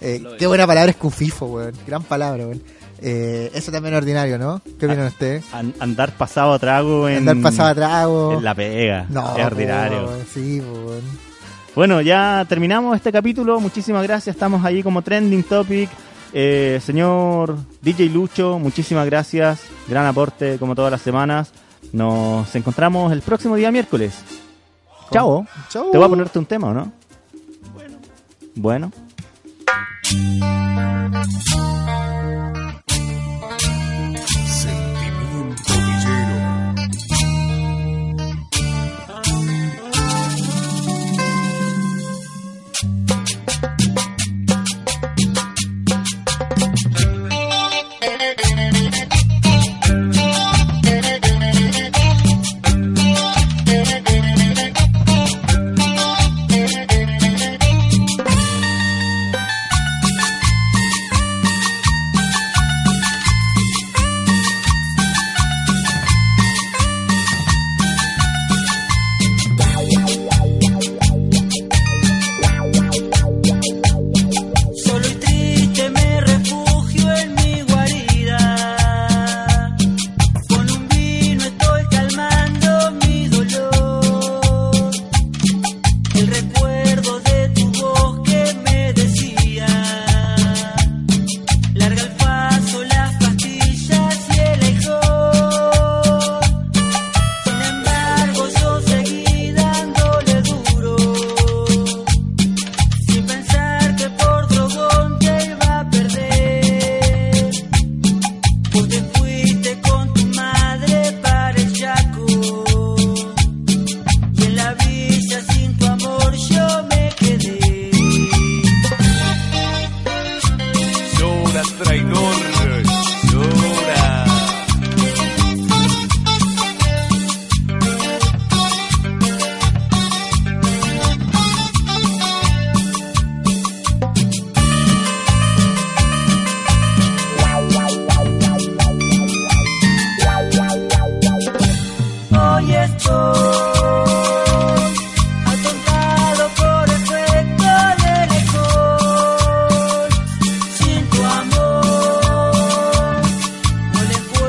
C: Eh, qué buena palabra es cufifo, weón. Gran palabra, weón. Eh, eso también es ordinario, ¿no? ¿Qué opinan ustedes?
B: An- andar pasado a trago en...
C: Andar pasado a trago.
B: En la pega.
C: no,
B: es ordinario.
C: weón, sí, pues, weón.
B: Bueno, ya terminamos este capítulo. Muchísimas gracias. Estamos ahí como trending topic. Eh, señor DJ Lucho, muchísimas gracias. Gran aporte como todas las semanas. Nos encontramos el próximo día miércoles. Chao.
C: Chau.
B: Te voy a ponerte un tema, ¿o no? Bueno. Bueno.
I: Sentimiento villero.
E: Solo y triste me refugio en mi guarida. Con un vino estoy calmando mi dolor. El recuerdo de tu voz que me decía. Larga el paso, las pastillas y el alcohol. Sin embargo, yo seguí dándole duro. Sin pensar que por drogón te iba a perder Pues te fuiste con tu madre para el Chaco Y en la villa sin tu amor yo me quedé
F: Llora, traidor, llora.
E: Hoy estoy atontado por el efecto del alcohol Sin tu amor este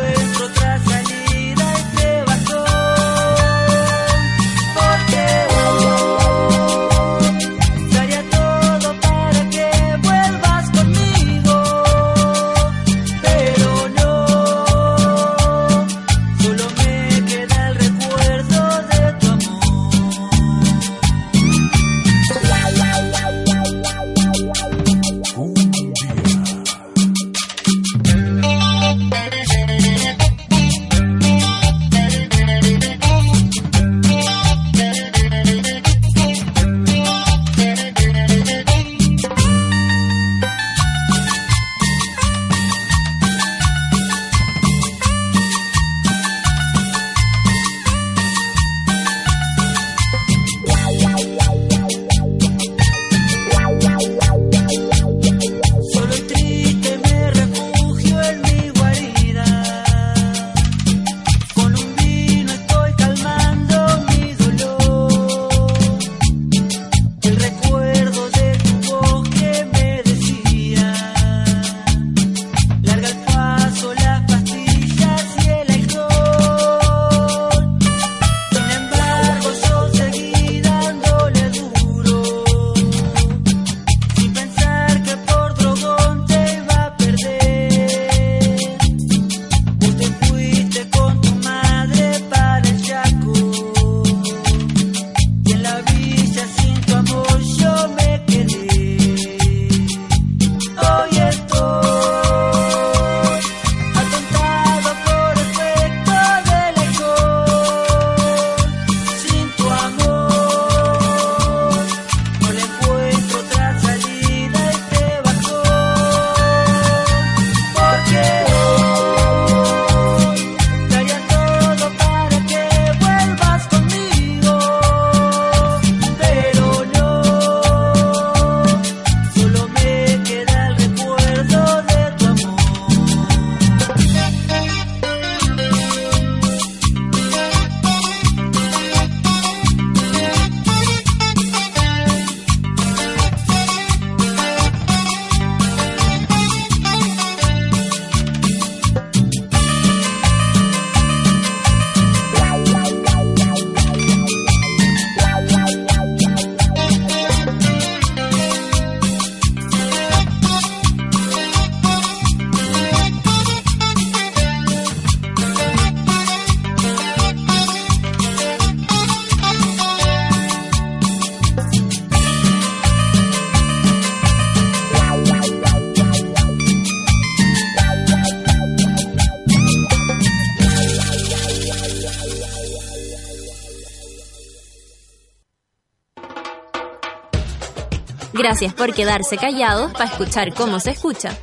A: Gracias por quedarse callados para escuchar cómo se escucha.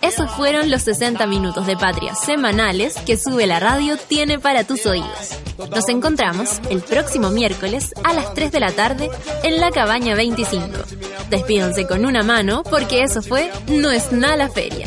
A: Esos fueron los 60 minutos de patria semanales que Sube la Radio tiene para tus oídos. Nos encontramos el próximo miércoles a las 3 de la tarde en la cabaña 25. Despídanse con una mano porque eso fue No es nada la feria.